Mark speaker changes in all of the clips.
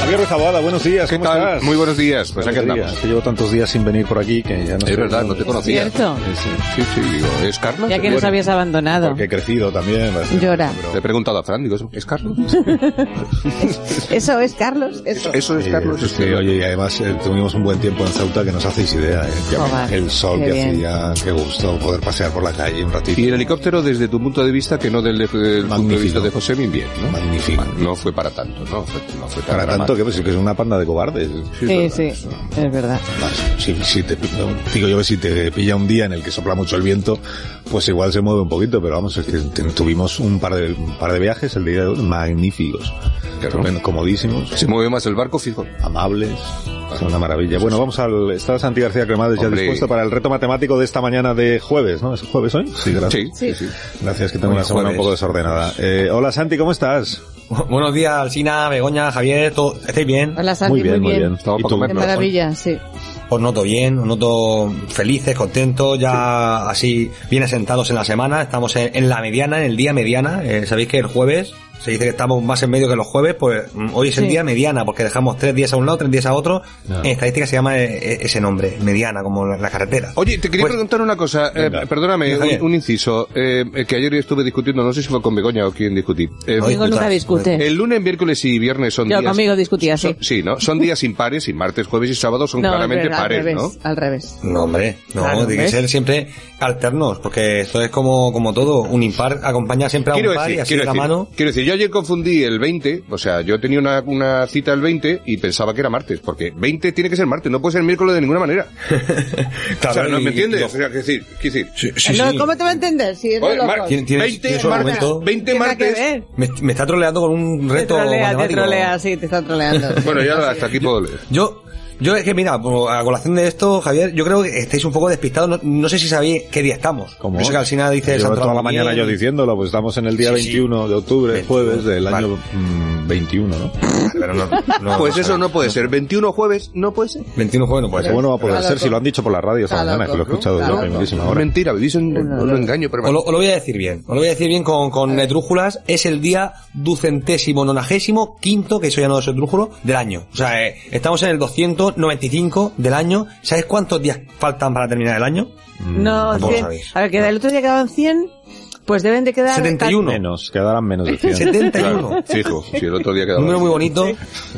Speaker 1: Javier Ruiz Taboada, buenos días,
Speaker 2: ¿Qué
Speaker 1: ¿cómo
Speaker 2: tal?
Speaker 1: estás?
Speaker 2: Muy buenos días. Pues aquí
Speaker 1: Buenos días.
Speaker 2: andamos.
Speaker 1: Que llevo tantos días sin venir por aquí que ya no
Speaker 2: Es verdad, no te conocía.
Speaker 3: Cierto.
Speaker 2: Eh, Sí, sí, sí, digo, ¿es Carlos?
Speaker 3: Ya que nos
Speaker 2: Bueno,
Speaker 3: habías abandonado.
Speaker 1: Porque he crecido también. bastante,
Speaker 3: Llora.
Speaker 1: pero-
Speaker 2: Le he preguntado a Fran, digo, ¿es Carlos?
Speaker 3: ¿Eso es, Carlos? Eso.
Speaker 2: Eso, eso es
Speaker 1: Sí,
Speaker 2: Carlos.
Speaker 1: Eh, sí, sí, oye, y además eh, tuvimos un buen tiempo en Ceuta que no os hacéis idea. eh.
Speaker 3: Joder,
Speaker 1: el sol
Speaker 3: qué
Speaker 1: que
Speaker 3: bien.
Speaker 1: hacía, qué gusto poder pasear por la calle un ratito.
Speaker 2: Y el helicóptero, desde tu punto de vista, que no del, del punto de
Speaker 1: Magnífico.
Speaker 2: vista de José, bien, bien, ¿no?
Speaker 1: Magnífico.
Speaker 2: No fue para tanto, no fue, no fue tan
Speaker 1: Para tanto que, pues, que es una panda de cobardes.
Speaker 3: Sí, sí, es verdad.
Speaker 1: Más, Si, si te, digo yo que si te pilla un día en el que sopla mucho el viento, pues igual se mueve un poquito, pero vamos, es que te- tuvimos un par de, un par de viajes el día de hoy magníficos.
Speaker 2: Claro.
Speaker 1: Estupendo, comodísimo.
Speaker 2: Se mueve más el barco, fijo.
Speaker 1: amables. Es una maravilla. Bueno, vamos al... Está Santi García Cremades ya
Speaker 2: Hombre.
Speaker 1: dispuesto para el reto matemático de esta mañana de jueves, ¿no? ¿Es jueves hoy? Sí, gracias.
Speaker 2: Sí, sí, sí.
Speaker 1: Gracias, que tengo
Speaker 4: Hoy
Speaker 1: una
Speaker 4: es
Speaker 1: semana un
Speaker 4: jueves.
Speaker 1: poco desordenada. Eh, hola Santi, ¿cómo estás?
Speaker 4: Buenos días, Alsina, Begoña, Javier, todo- ¿estáis bien?
Speaker 3: Hola, Santi, muy bien.
Speaker 2: Estamos
Speaker 1: ¿Y
Speaker 2: para
Speaker 1: tú?
Speaker 2: comer.
Speaker 3: De maravilla, sí.
Speaker 4: Os noto bien, os noto felices, contentos, ya así bien asentados en la semana. Estamos en, en la mediana, en el día mediana. Eh, Sabéis que el jueves se dice que estamos más en medio que los jueves, pues mm, hoy es el
Speaker 3: Sí.
Speaker 4: día mediana, porque dejamos tres días a un lado, tres días a otro. En estadística se llama eh, eh, ese nombre, mediana, como la, la carretera.
Speaker 2: Oye, te quería
Speaker 4: Pues-
Speaker 2: preguntar una cosa, eh,
Speaker 1: Venga.
Speaker 2: perdóname,
Speaker 4: Venga,
Speaker 2: un,
Speaker 4: bien.
Speaker 2: un inciso, eh, que ayer estotuve discutiendo, no sé si fue con Begoña o quién discutí. Eh,
Speaker 4: Oye,
Speaker 3: Conmigo
Speaker 4: escucha,
Speaker 3: nunca discute.
Speaker 2: El lunes, miércoles y viernes son
Speaker 3: Yo
Speaker 2: días.
Speaker 3: conmigo discutía, sí.
Speaker 2: son- sí, ¿no? Son días impares y martes, jueves y sábado son
Speaker 3: No,
Speaker 2: claramente
Speaker 3: al revés,
Speaker 2: pares,
Speaker 3: al
Speaker 2: ¿no?
Speaker 3: revés, Al revés.
Speaker 4: No, hombre, no,
Speaker 3: Claro,
Speaker 4: tiene que
Speaker 3: ¿ves?
Speaker 4: ser siempre alternos, porque esto es como, como todo, un impar acompaña siempre a un
Speaker 2: Quiero
Speaker 4: par y
Speaker 2: decir,
Speaker 4: así de
Speaker 2: quiero
Speaker 4: la
Speaker 2: decir,
Speaker 4: mano.
Speaker 2: quiero decir, yo ayer confundí el 20, o sea, yo tenía una, una cita el 20 y pensaba que era martes, porque 20 tiene que ser martes, no puede ser miércoles de ninguna manera. o sea,
Speaker 4: Claro,
Speaker 2: ¿no
Speaker 4: y-
Speaker 2: me
Speaker 4: y
Speaker 2: entiendes?
Speaker 4: lo-
Speaker 2: O sea, quiero decir, quiero decir,
Speaker 4: Sí, sí,
Speaker 3: No,
Speaker 4: sí.
Speaker 3: ¿Cómo te va a entender? Si es de
Speaker 2: joder, mar-
Speaker 3: locos.
Speaker 4: ¿Quién-
Speaker 2: 20,
Speaker 4: tienes- tienes un
Speaker 2: martes,
Speaker 4: argumento?
Speaker 2: 20
Speaker 3: Tiene nada que
Speaker 2: martes.
Speaker 3: ver.
Speaker 4: Me, me está troleando con un
Speaker 3: Te
Speaker 4: reto
Speaker 3: trolea, te
Speaker 4: matemático.
Speaker 3: trolea, sí, te está troleando.
Speaker 2: Bueno, ya hasta aquí puedo leer.
Speaker 4: Yo, yo es que mira, por- a colación de esto, Javier, yo creo que estáis un poco despistados. No, no sé si sabéis qué día estamos.
Speaker 1: ¿Cómo?
Speaker 4: Yo sé Pues que Alcina dice
Speaker 1: Llevo
Speaker 4: Santo
Speaker 1: toda la mañana yo
Speaker 4: digo
Speaker 1: diciéndolo, pues estamos en el día
Speaker 4: Sí, sí.
Speaker 1: 21 de octubre,
Speaker 4: 21,
Speaker 1: jueves del
Speaker 4: vale.
Speaker 1: año mm, 21, ¿no?
Speaker 4: Pero no, no,
Speaker 2: Pues
Speaker 4: no
Speaker 2: eso
Speaker 4: sé.
Speaker 2: no puede ser. 21 jueves no puede ser.
Speaker 4: 21 jueves no puede
Speaker 1: Pues
Speaker 4: ser.
Speaker 1: bueno, va a poder
Speaker 3: Está
Speaker 1: ser, si
Speaker 3: loco.
Speaker 1: lo han dicho por la radio esta
Speaker 3: Está
Speaker 1: mañana,
Speaker 3: loco,
Speaker 1: que lo he
Speaker 3: ¿no?
Speaker 1: escuchado yo
Speaker 3: Está
Speaker 1: a
Speaker 3: loco.
Speaker 1: primerísima
Speaker 2: Es
Speaker 1: hora.
Speaker 2: mentira, vivís en en un engaño
Speaker 4: Os lo,
Speaker 2: permanente.
Speaker 4: os lo voy a decir bien. Os lo voy a decir bien con, con esdrújulas. Es el día ducentésimo, nonagésimo, quinto, que eso ya no es esdrújulo, del año. O sea, eh, estamos en el 295 del año. ¿Sabes cuántos días faltan para terminar el año?
Speaker 3: No,
Speaker 4: Tampoco
Speaker 3: cien-
Speaker 4: sabéis.
Speaker 3: A ver, que el otro día quedaban 100, pues deben de quedar...
Speaker 4: 71.
Speaker 1: Menos, quedarán menos de 100.
Speaker 4: 71.
Speaker 2: Claro, fijo, si el otro día quedaba.
Speaker 4: Un número muy bonito.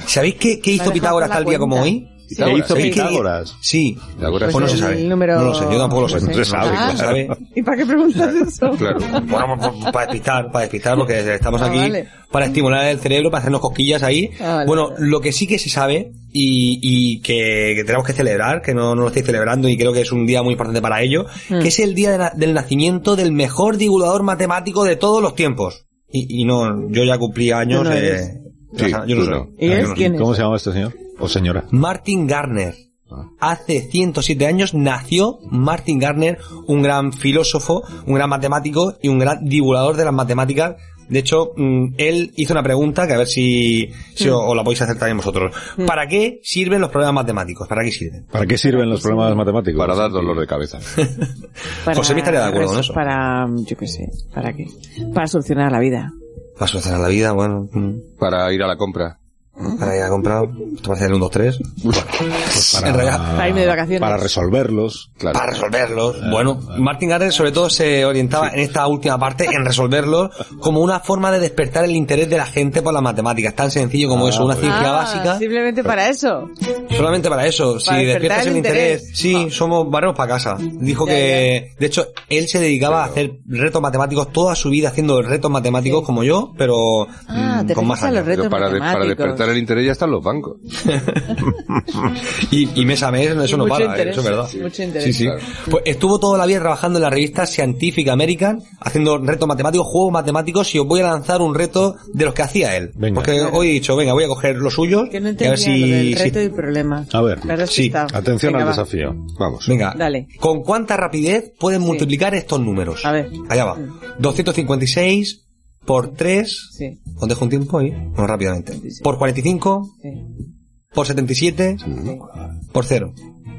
Speaker 4: ¿Sabéis qué, qué hizo
Speaker 3: Manejando
Speaker 4: Pitágoras
Speaker 3: la
Speaker 4: tal día como hoy?
Speaker 3: cuenta.
Speaker 2: ¿Qué
Speaker 4: ¿Sabéis
Speaker 1: hizo
Speaker 4: qué-
Speaker 1: Pitágoras?
Speaker 4: Sí.
Speaker 2: Pitágoras.
Speaker 4: Pues no
Speaker 3: el
Speaker 4: se sabe.
Speaker 3: número-
Speaker 4: No lo sé, yo tampoco lo sé.
Speaker 3: No
Speaker 1: se sabe,
Speaker 4: Ah,
Speaker 1: claro.
Speaker 4: ¿sabe?
Speaker 3: ¿Y para qué preguntas eso?
Speaker 2: Claro.
Speaker 4: Bueno, pues, para despistar, para despistar, porque estamos
Speaker 3: Ah,
Speaker 4: aquí
Speaker 3: vale.
Speaker 4: para estimular el cerebro, para hacernos cosquillas ahí.
Speaker 3: Ah, vale,
Speaker 4: bueno,
Speaker 3: vale.
Speaker 4: lo que sí que se sabe y, y que, que tenemos que celebrar, que no, no lo estáis celebrando y creo que es un día muy importante para ello,
Speaker 3: Mm.
Speaker 4: que es el día de la- del nacimiento del mejor divulgador matemático de todos los tiempos. Y, y no, yo ya cumplí años.
Speaker 3: no
Speaker 4: eh,
Speaker 3: eres.
Speaker 4: ya
Speaker 2: Sí,
Speaker 4: sa- yo no
Speaker 2: tú
Speaker 4: soy.
Speaker 2: no.
Speaker 3: ¿Y
Speaker 4: Yo
Speaker 3: es
Speaker 4: no soy.
Speaker 3: quién es?
Speaker 1: ¿Cómo se llama este señor? ¿O señora?
Speaker 4: Martin Gardner. Hace 107 años nació Martin Gardner, un gran filósofo, un gran matemático y un gran divulgador de las matemáticas. De hecho, mm, él hizo una pregunta que a ver si, si o- os la podéis hacer también vosotros. ¿Para qué sirven los problemas matemáticos? ¿Para qué sirven?
Speaker 1: ¿Para qué sirven los problemas matemáticos?
Speaker 2: Para dar dolor de cabeza.
Speaker 3: Para-
Speaker 4: José me estaría de acuerdo con eso.
Speaker 3: Para, yo qué sé, ¿para qué? Para solucionar la vida.
Speaker 4: Para solucionar la vida, bueno, mm,
Speaker 2: Para ir a la compra.
Speaker 4: para ir a comprar, te hacer un 2, 3. En realidad,
Speaker 3: Para irme de vacaciones.
Speaker 1: Ah, Para resolverlos.
Speaker 2: Claro.
Speaker 4: Para resolverlos.
Speaker 3: Ah,
Speaker 4: bueno, Martin Gardner sobre todo se orientaba en esta última parte, en resolverlos, como una forma de despertar el interés de la gente por las matemáticas. Tan sencillo como eso, una ciencia
Speaker 3: Ah,
Speaker 4: básica.
Speaker 3: Simplemente para eso.
Speaker 4: Solamente para eso.
Speaker 3: Para
Speaker 4: si despiertas
Speaker 3: despertar el
Speaker 4: el interés,
Speaker 3: interés. Ah.
Speaker 4: sí, somos barros para casa. Dijo
Speaker 3: Ya,
Speaker 4: que, de hecho, él se dedicaba a hacer retos matemáticos toda su vida haciendo retos matemáticos como yo, pero
Speaker 3: Ah,
Speaker 4: mm,
Speaker 3: te
Speaker 4: con más
Speaker 3: refieres Ah, a los
Speaker 4: años.
Speaker 3: retos
Speaker 2: Pero para, de- para
Speaker 3: matemáticos.
Speaker 2: despertar el interés ya están los bancos.
Speaker 4: Y, y mes a mes eso
Speaker 3: Y
Speaker 4: no
Speaker 3: mucho
Speaker 4: para, ¿eh?
Speaker 3: interés,
Speaker 4: eso es verdad.
Speaker 3: sí, mucho interés.
Speaker 4: Sí, sí. Pues estuvo toda la vida trabajando en la revista Scientific American, haciendo retos matemáticos, juegos matemáticos, y os voy a lanzar un reto de los que hacía él.
Speaker 1: Venga.
Speaker 4: Porque hoy he dicho, venga, voy a coger los suyos,
Speaker 3: Que no
Speaker 4: y a
Speaker 3: entendía
Speaker 4: ver si...
Speaker 3: lo del
Speaker 4: si-
Speaker 3: reto y problema.
Speaker 1: A ver,
Speaker 3: La verdad es que
Speaker 1: sí,
Speaker 3: está-
Speaker 1: atención
Speaker 3: Venga,
Speaker 1: al
Speaker 3: va.
Speaker 1: desafío. Vamos.
Speaker 4: Venga,
Speaker 3: Dale.
Speaker 4: ¿con cuánta rapidez pueden multiplicar estos números?
Speaker 3: A ver. Mm.
Speaker 4: Allá va. 256 por 3...
Speaker 3: Sí,
Speaker 4: Os dejo un tiempo ahí. Bueno, rápidamente. Por 45,
Speaker 3: sí.
Speaker 4: por 77, por 0.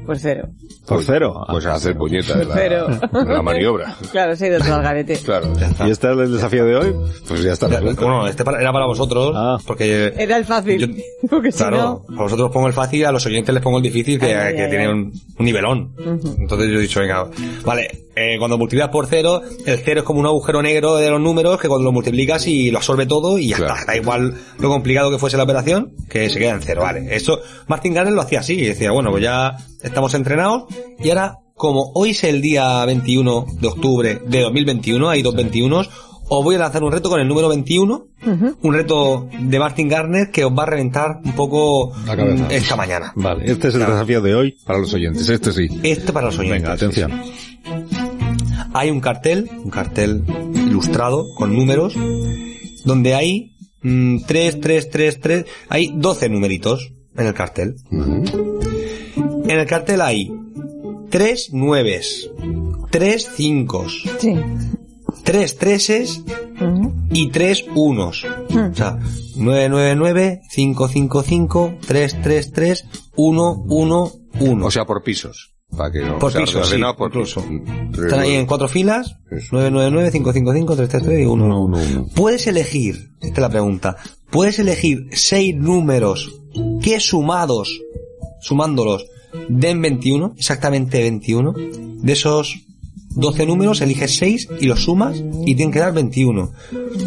Speaker 3: Por Pues cero.
Speaker 1: Por cero.
Speaker 2: Pues a hacer puñeta de la,
Speaker 3: Pero-
Speaker 2: de la maniobra.
Speaker 3: Claro, se ha ido todo al garete.
Speaker 2: Claro.
Speaker 1: ¿Y este es el desafío de hoy? Pues ya está. resuelto.
Speaker 4: Bueno, este para- era para vosotros,
Speaker 1: Ah.
Speaker 4: porque... eh,
Speaker 3: Era el fácil.
Speaker 4: Yo-
Speaker 3: Porque si
Speaker 4: Claro, a vosotros os pongo el fácil, a los oyentes les pongo el difícil, que,
Speaker 3: Ay, ay,
Speaker 4: que
Speaker 3: ay,
Speaker 4: tiene
Speaker 3: ay.
Speaker 4: un, un nivelón. Entonces yo he dicho, venga, vale, eh, cuando multiplicas por cero, el cero es como un agujero negro de los números, que cuando lo multiplicas y lo absorbe todo y ya
Speaker 2: Claro.
Speaker 4: está. Da igual lo complicado que fuese la operación, que se queda en cero, vale. Esto, Martin Garner lo hacía así, y decía, bueno, pues ya estamos entrenados, y ahora, como hoy es el día 21 de octubre de 2021, hay dos 21 os voy a lanzar un reto con el número 21, un reto de Martin Garner que os va a reventar un poco
Speaker 1: La cabeza.
Speaker 4: mm, esta mañana.
Speaker 1: Vale, este es el desafío de hoy para los oyentes. Este sí.
Speaker 4: Esto para los oyentes.
Speaker 1: Venga, atención.
Speaker 4: hay un cartel, un cartel ilustrado con números, donde hay mm, 3, 3, 3, 3, hay 12 numeritos en el cartel. En el cartel hay 3 nueves, 3 5,
Speaker 3: no- Sí.
Speaker 4: 3 treses
Speaker 3: Ujú.
Speaker 4: y 3 unos. O sea, 9, 9, 9, 5, 5, 5, 3, 3, 3, 1, 1, 1.
Speaker 2: O sea, por pisos. Para que no.
Speaker 4: Por
Speaker 2: o sea,
Speaker 4: pisos, sí,
Speaker 2: ordenado por
Speaker 4: incluso.
Speaker 2: Pero-
Speaker 4: Están ahí en cuatro filas,
Speaker 2: Eso.
Speaker 4: 999-555-333 y 111.
Speaker 2: uno.
Speaker 4: Puedes elegir, esta es la pregunta, puedes elegir seis números que sumados, sumándolos, den 21, exactamente 21. De esos 12 números, eliges 6 y los sumas y tienen que dar 21.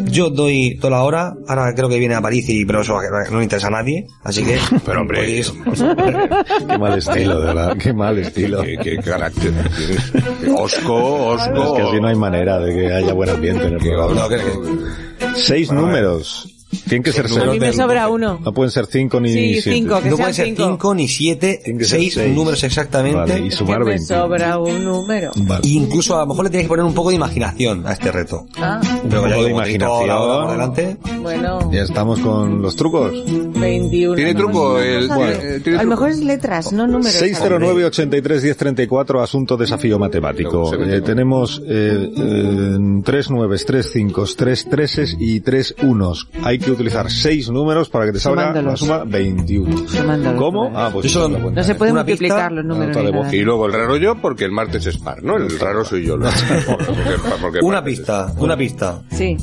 Speaker 4: Yo doy toda la hora, ahora creo que viene a París y pero eso no le interesa a nadie, así que... pues,
Speaker 2: Pero, hombre.
Speaker 4: podéis-
Speaker 1: Qué mal estilo, de verdad. Qué mal estilo.
Speaker 2: Qué, qué carácter tienes. Osco, Osco.
Speaker 1: Es que así no hay manera de que haya buen ambiente en el
Speaker 4: No,
Speaker 1: programa.
Speaker 4: que- que-
Speaker 1: Seis números. Tienen que ser
Speaker 3: A
Speaker 1: seis.
Speaker 3: mí me sobra uno.
Speaker 1: No pueden ser cinco ni
Speaker 3: Sí,
Speaker 1: siete.
Speaker 3: cinco. que sean
Speaker 4: no pueden ser
Speaker 3: cinco.
Speaker 4: 5 ni 7,
Speaker 1: Tienen que ser
Speaker 4: 6
Speaker 1: seis.
Speaker 4: números exactamente.
Speaker 1: Vale, y
Speaker 3: Es que
Speaker 1: sumar
Speaker 3: me
Speaker 1: 20.
Speaker 3: sobra un número.
Speaker 1: Vale.
Speaker 4: E incluso a lo mejor le tienes que poner un poco de imaginación a este reto.
Speaker 3: Ah,
Speaker 4: Pero
Speaker 1: poco
Speaker 4: ya
Speaker 1: de
Speaker 4: como tenéis toda la hora por
Speaker 1: imaginación.
Speaker 4: delante.
Speaker 3: bueno.
Speaker 1: Ya estamos con los trucos.
Speaker 3: 21.
Speaker 2: ¿Tiene
Speaker 3: No,
Speaker 2: truco
Speaker 3: no, no
Speaker 2: el-
Speaker 3: sabe.
Speaker 2: eh, tiene
Speaker 3: A
Speaker 2: truco?
Speaker 3: lo mejor es letras, no números.
Speaker 1: 609-83-1034, asunto desafío
Speaker 2: Luego
Speaker 1: matemático.
Speaker 2: se
Speaker 1: Eh,
Speaker 2: mete con-
Speaker 1: tenemos eh, eh, tres nueves, tres cincos, tres treses y tres unos. Hay que utilizar seis números para que te salga la
Speaker 3: Sumándolos.
Speaker 1: suma 21.
Speaker 3: Sumándolos,
Speaker 1: ¿Cómo?
Speaker 3: vale.
Speaker 1: Ah, pues
Speaker 4: Yo solo-
Speaker 1: la cuenta.
Speaker 3: No se puede
Speaker 4: Una
Speaker 3: multiplicar
Speaker 4: pista,
Speaker 3: los números.
Speaker 1: nota
Speaker 3: ni
Speaker 1: de
Speaker 3: nada.
Speaker 2: Y luego el raro yo, porque el martes es par, ¿no? El raro soy yo. lo- porque- porque el
Speaker 4: Una
Speaker 2: martes es-
Speaker 4: pista, una pista.
Speaker 3: Sí.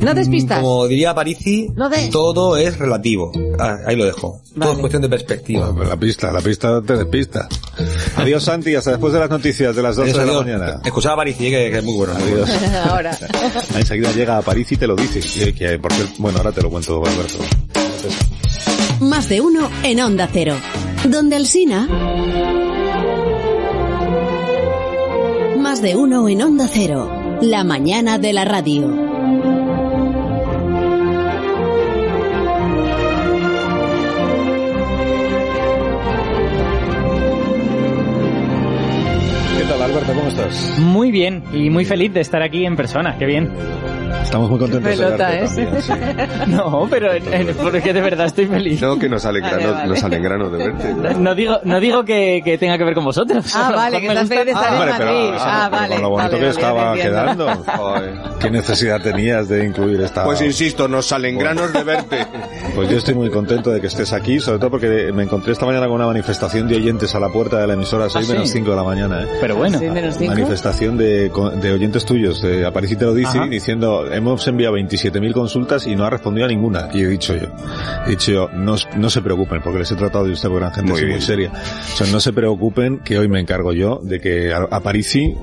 Speaker 3: No des pistas.
Speaker 4: Como diría Parisi,
Speaker 3: No de-
Speaker 4: todo es relativo. Ah, ahí lo dejo. Todo
Speaker 3: Vale.
Speaker 4: es cuestión de perspectiva.
Speaker 1: Bueno, La pista, la pista te despista. Adiós Santi, hasta después de las noticias de las 12
Speaker 4: Adiós,
Speaker 1: de la
Speaker 4: adiós.
Speaker 1: mañana.
Speaker 4: Escuchad a Parisi, eh, que, que es muy bueno.
Speaker 1: Adiós.
Speaker 3: Ahora.
Speaker 1: Enseguida llega a París y te lo dice. Eh, Que, por cierto, bueno, ahora te lo cuento, Alberto.
Speaker 5: Más de uno en Onda Cero. Donde el Sina. Más de uno en Onda Cero. La mañana de la radio.
Speaker 1: ¿Qué tal Alberto? ¿Cómo estás?
Speaker 6: Muy bien y muy feliz de estar aquí en persona, qué bien.
Speaker 1: Estamos muy contentos de
Speaker 3: Pelota ¿eh?
Speaker 1: verte
Speaker 3: es.
Speaker 1: también, sí.
Speaker 6: No, pero eh, porque de verdad estoy feliz.
Speaker 2: No, que nos alegra,
Speaker 3: Vale,
Speaker 2: no-
Speaker 3: vale.
Speaker 2: nos alegranos de verte.
Speaker 6: No digo, no digo que, que tenga que ver con vosotros.
Speaker 3: Ah,
Speaker 6: A lo
Speaker 3: vale,
Speaker 6: mejor
Speaker 3: que
Speaker 6: me
Speaker 3: estás
Speaker 6: gusta-
Speaker 3: feliz de
Speaker 1: Ah,
Speaker 3: estar en
Speaker 1: hombre,
Speaker 3: Madrid.
Speaker 1: pero,
Speaker 3: ah,
Speaker 1: ah, pero
Speaker 3: vale.
Speaker 1: con lo bonito
Speaker 3: vale,
Speaker 1: que
Speaker 3: vale, ya
Speaker 1: estaba
Speaker 3: te entiendo.
Speaker 1: quedando. ¿Qué necesidad tenías de incluir esta?
Speaker 2: Pues insisto, nos alegranos de verte.
Speaker 1: Pues yo estoy muy contento de que estés aquí, sobre todo porque me encontré esta mañana con una manifestación de oyentes a la puerta de la emisora a 6
Speaker 3: ¿Ah,
Speaker 6: ¿sí?
Speaker 1: menos 5 de la mañana. ¿eh?
Speaker 6: Pero bueno,
Speaker 3: Sí, menos cinco.
Speaker 1: Manifestación de, de oyentes tuyos, de Aparici te lo dice,
Speaker 6: Ajá.
Speaker 1: diciendo, hemos enviado 27.000 consultas y no ha respondido a ninguna. Y he dicho yo, he dicho yo, no, no se preocupen, porque les he tratado de usted porque eran gente
Speaker 2: Muy
Speaker 1: así muy,
Speaker 2: bien.
Speaker 1: seria. O sea, no se preocupen que hoy me encargo yo de que a- Aparici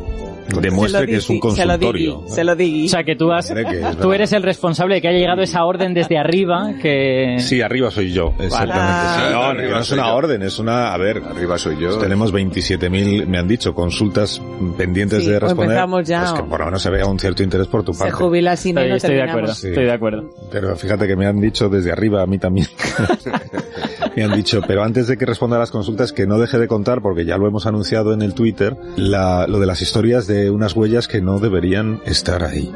Speaker 1: demuestre que es un consultorio.
Speaker 3: Se lo digui.
Speaker 6: O sea, que tú, has,
Speaker 1: Hombre, que es
Speaker 6: tú
Speaker 1: verdad.
Speaker 6: eres el responsable de que haya llegado esa orden desde arriba que...
Speaker 1: Sí, arriba soy yo, exactamente.
Speaker 3: Ah.
Speaker 1: Sí, no, no,
Speaker 2: Arriba
Speaker 1: es
Speaker 2: soy
Speaker 1: una
Speaker 2: yo.
Speaker 1: orden, es una, a ver,
Speaker 2: Arriba soy yo.
Speaker 1: Pues tenemos 27.000, me han dicho, consultas pendientes
Speaker 3: Sí,
Speaker 1: de
Speaker 3: o
Speaker 1: responder.
Speaker 3: empezamos ya,
Speaker 1: Pues que
Speaker 3: o-
Speaker 1: por lo menos se vea un cierto interés por tu
Speaker 3: Se
Speaker 1: parte.
Speaker 3: jubila si no,
Speaker 6: Estoy,
Speaker 3: no
Speaker 6: estoy de
Speaker 3: terminamos.
Speaker 6: acuerdo,
Speaker 1: Sí.
Speaker 6: estoy de acuerdo.
Speaker 1: Pero fíjate que me han dicho desde arriba, a mí también. me han dicho, pero antes de que responda a las consultas, que no deje de contar, porque ya lo hemos anunciado en el Twitter, la- lo de las historias de unas huellas que no deberían estar ahí.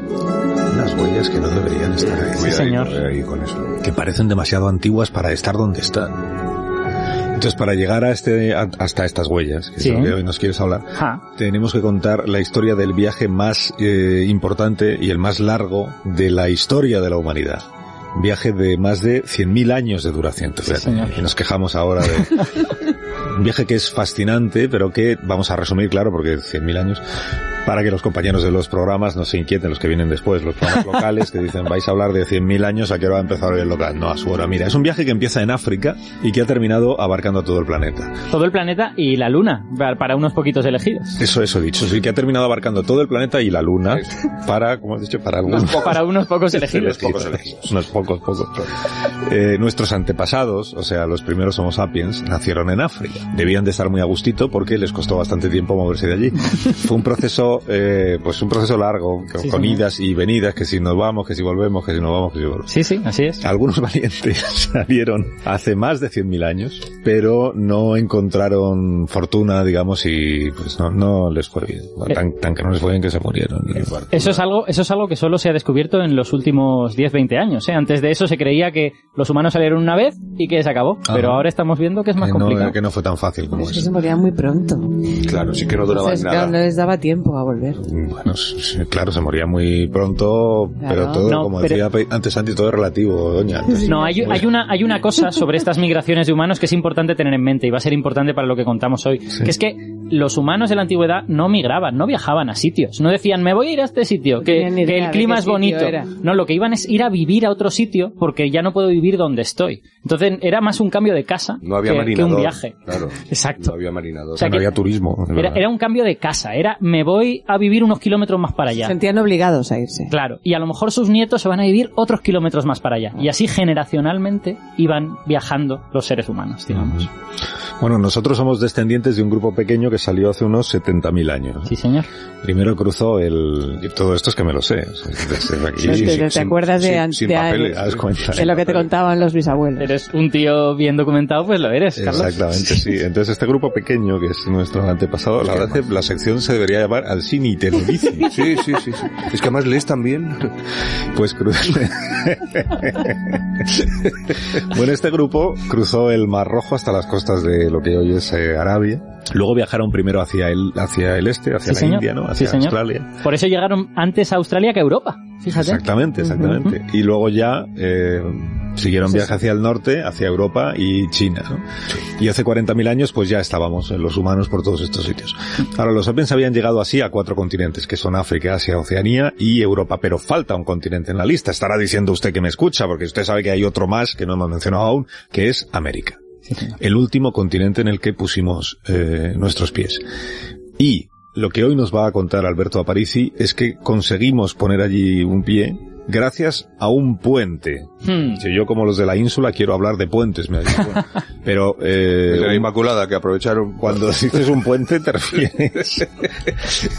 Speaker 1: Unas huellas que no deberían estar ahí.
Speaker 2: Cuidadito,
Speaker 6: señor.
Speaker 2: eh, ahí con eso.
Speaker 1: que parecen demasiado antiguas para estar donde están. Entonces, para llegar a este, a- hasta estas huellas, que
Speaker 6: Sí.
Speaker 1: es lo que hoy nos quieres hablar,
Speaker 6: Ja.
Speaker 1: tenemos que contar la historia del viaje más eh, importante y el más largo de la historia de la humanidad. Viaje de más de 100.000 años de duración. Fíjate,
Speaker 6: señor.
Speaker 1: y nos quejamos ahora de... Un viaje que es fascinante, pero que vamos a resumir, claro, porque 100.000 años, para que los compañeros de los programas no se inquieten, los que vienen después, los programas locales que dicen, vais a hablar de 100.000 años, ¿a qué hora va a empezar el local? No, a su hora. Mira, es un viaje que empieza en África y que ha terminado abarcando a todo el planeta.
Speaker 6: Todo el planeta y la luna, pa- para unos poquitos elegidos.
Speaker 1: Eso, eso he dicho. Pues Sí, que ha terminado abarcando todo el planeta y la luna para, como has dicho, para algunos.
Speaker 6: Para unos pocos elegidos.
Speaker 1: Unos pocos elegidos. Unos pocos, pocos. Eh, nuestros antepasados, o sea, los primeros Homo sapiens, nacieron en África. Debían de estar muy a gustito porque les costó bastante tiempo moverse de allí. Fue un proceso, eh, pues un proceso largo, con,
Speaker 6: Sí,
Speaker 1: con
Speaker 6: señor.
Speaker 1: idas y venidas, que si nos vamos, que si volvemos, que si nos vamos, que si volvemos.
Speaker 6: Sí, sí, así es.
Speaker 1: Algunos valientes salieron hace más de 100.000 años, pero no encontraron fortuna, digamos, y pues no, no les fue bien. Tan, tan que no les fue bien que se murieron.
Speaker 6: Eso es algo, eso es algo que solo se ha descubierto en los últimos 10, 20 años. ¿eh? Antes de eso se creía que los humanos salieron una vez y que se acabó.
Speaker 1: Ajá.
Speaker 6: Pero ahora estamos viendo que es más
Speaker 1: Que no,
Speaker 6: complicado.
Speaker 1: que no fue tan fácil como
Speaker 3: Es que
Speaker 1: eso.
Speaker 3: se morían muy pronto.
Speaker 2: Claro, sí que no duraba
Speaker 3: Entonces, claro, no
Speaker 2: nada.
Speaker 3: les daba tiempo a volver.
Speaker 1: Bueno, s- s- claro, se moría muy pronto, pero
Speaker 3: Claro.
Speaker 1: todo,
Speaker 6: No,
Speaker 1: como
Speaker 6: pero-
Speaker 1: decía Pe- antes Santi, todo es relativo, doña.
Speaker 6: No, hay, hay una, hay una cosa sobre estas migraciones de humanos que es importante tener en mente y va a ser importante para lo que contamos hoy. Que es que los humanos de la antigüedad no migraban, no viajaban a sitios. No decían, me voy a ir a este sitio,
Speaker 3: No
Speaker 6: que,
Speaker 3: tenían ni
Speaker 6: que
Speaker 3: idea
Speaker 6: el
Speaker 3: de
Speaker 6: clima
Speaker 3: qué
Speaker 6: es bonito.
Speaker 3: sitio era.
Speaker 6: No, lo que iban es ir a vivir a otro sitio porque ya no puedo vivir donde estoy. Entonces era más un cambio de casa
Speaker 2: No había
Speaker 6: que- que,
Speaker 2: marinador.
Speaker 6: un viaje.
Speaker 2: Claro.
Speaker 6: Exacto.
Speaker 2: No había marinador.
Speaker 6: O sea,
Speaker 1: no
Speaker 6: que-
Speaker 1: había turismo. de
Speaker 6: Era,
Speaker 1: verdad.
Speaker 6: era un cambio de casa, era me voy a vivir unos kilómetros más para allá.
Speaker 3: Sentían obligados a irse.
Speaker 6: Claro, y a lo mejor sus nietos se van a vivir otros kilómetros más para allá. Y así generacionalmente iban viajando los seres humanos, digamos.
Speaker 1: Bueno, nosotros somos descendientes de un grupo pequeño que salió hace unos 70.000 años.
Speaker 6: Sí, señor.
Speaker 1: Primero cruzó el... y Todo esto es que me lo sé. o sea, desde aquí,
Speaker 3: Sí, sí,
Speaker 1: sin-
Speaker 3: ¿Te
Speaker 1: sin-
Speaker 3: acuerdas de
Speaker 2: sin-
Speaker 3: an-
Speaker 2: sin
Speaker 3: de-
Speaker 1: ¿Te
Speaker 2: papeles.
Speaker 1: das cuenta?
Speaker 3: de lo que te contaban los bisabuelos?
Speaker 6: Eres un tío bien documentado, pues lo eres, Carlos.
Speaker 1: Exactamente, sí. Entonces este grupo pequeño que es nuestro antepasado, la verdad es que la sección se debería llamar al cine y televisión.
Speaker 2: Sí, sí, sí, sí. Es que además lees también.
Speaker 1: Pues cruzó. bueno, este grupo cruzó el Mar Rojo hasta las costas de lo que hoy es eh, Arabia. Luego viajaron primero hacia el, hacia el este, hacia
Speaker 6: Sí,
Speaker 1: la
Speaker 6: señor.
Speaker 1: India, ¿no?
Speaker 6: Sí,
Speaker 1: Hacia
Speaker 6: señor.
Speaker 1: Australia.
Speaker 6: Por eso llegaron antes a Australia que a Europa, fíjate.
Speaker 1: Exactamente, exactamente. Y luego ya eh, siguieron viaje hacia el norte, hacia Europa y China. ¿no? Y hace 40.000 años pues ya estábamos eh, los humanos por todos estos sitios. Ahora, los sapiens habían llegado así a cuatro continentes, que son África, Asia, Oceanía y Europa, pero falta un continente en la lista. Estará diciendo usted que me escucha, porque usted sabe que hay otro más que no hemos mencionado aún, que es América. El último continente en el que pusimos eh, nuestros pies. Y lo que hoy nos va a contar Alberto Aparici es que conseguimos poner allí un pie gracias a un puente.
Speaker 6: Hmm.
Speaker 1: Si yo como los de la ínsula quiero hablar de puentes, me digo, bueno, pero eh,
Speaker 2: El de la
Speaker 1: un-
Speaker 2: Inmaculada que aprovecharon
Speaker 1: cuando dices un puente te refieres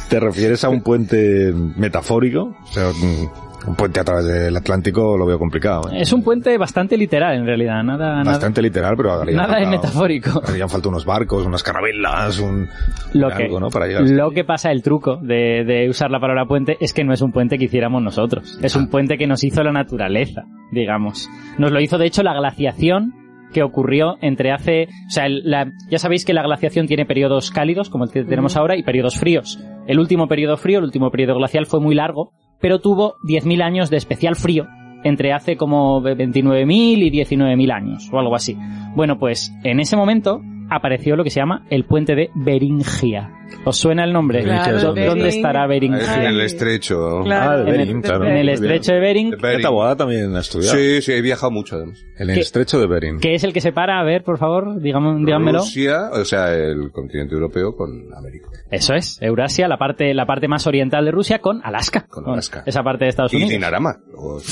Speaker 1: te refieres a un puente metafórico, o sea, un un puente a través del Atlántico lo veo complicado. ¿eh?
Speaker 6: Es un puente bastante literal, en realidad. Nada, nada,
Speaker 1: Bastante literal, pero haría
Speaker 6: nada es
Speaker 1: falta-
Speaker 6: metafórico.
Speaker 1: Harían falta unos barcos, unas carabelas, un
Speaker 6: Lo que,
Speaker 1: algo, ¿no? Para llegar.
Speaker 6: lo que pasa, el truco de, de usar la palabra puente es que no es un puente que hiciéramos nosotros. Es un puente que nos hizo la naturaleza, digamos. Nos lo hizo, de hecho, la glaciación que ocurrió entre hace... O sea, el- la- ya sabéis que la glaciación tiene periodos cálidos, como el que tenemos ahora, y periodos fríos. El último periodo frío, el último periodo glacial fue muy largo, pero tuvo 10.000 años de especial frío entre hace como 29.000 y 19.000 años, o algo así. Bueno, pues en ese momento apareció lo que se llama el puente de Beringia. ¿Os suena el nombre?
Speaker 1: Claro,
Speaker 6: ¿Dó-
Speaker 1: Bering.
Speaker 6: ¿Dónde estará Bering?
Speaker 2: Es en el estrecho.
Speaker 1: Ah, de
Speaker 6: En el-
Speaker 1: Bering, claro.
Speaker 6: en el estrecho de Bering,
Speaker 2: De Bering.
Speaker 1: Esta abogada también ha estudiado.
Speaker 2: Sí, sí, he viajado mucho además.
Speaker 1: En el
Speaker 6: ¿Qué?
Speaker 1: estrecho de Bering.
Speaker 6: que es el que separa, a ver, por favor, digamos, díganmelo.
Speaker 2: Rusia, o sea, el continente europeo con América.
Speaker 6: Eso es, Eurasia, la parte, la parte más oriental de Rusia con Alaska.
Speaker 2: Con Alaska.
Speaker 6: esa parte de Estados
Speaker 2: Y
Speaker 6: Unidos.
Speaker 2: Dinarama. O-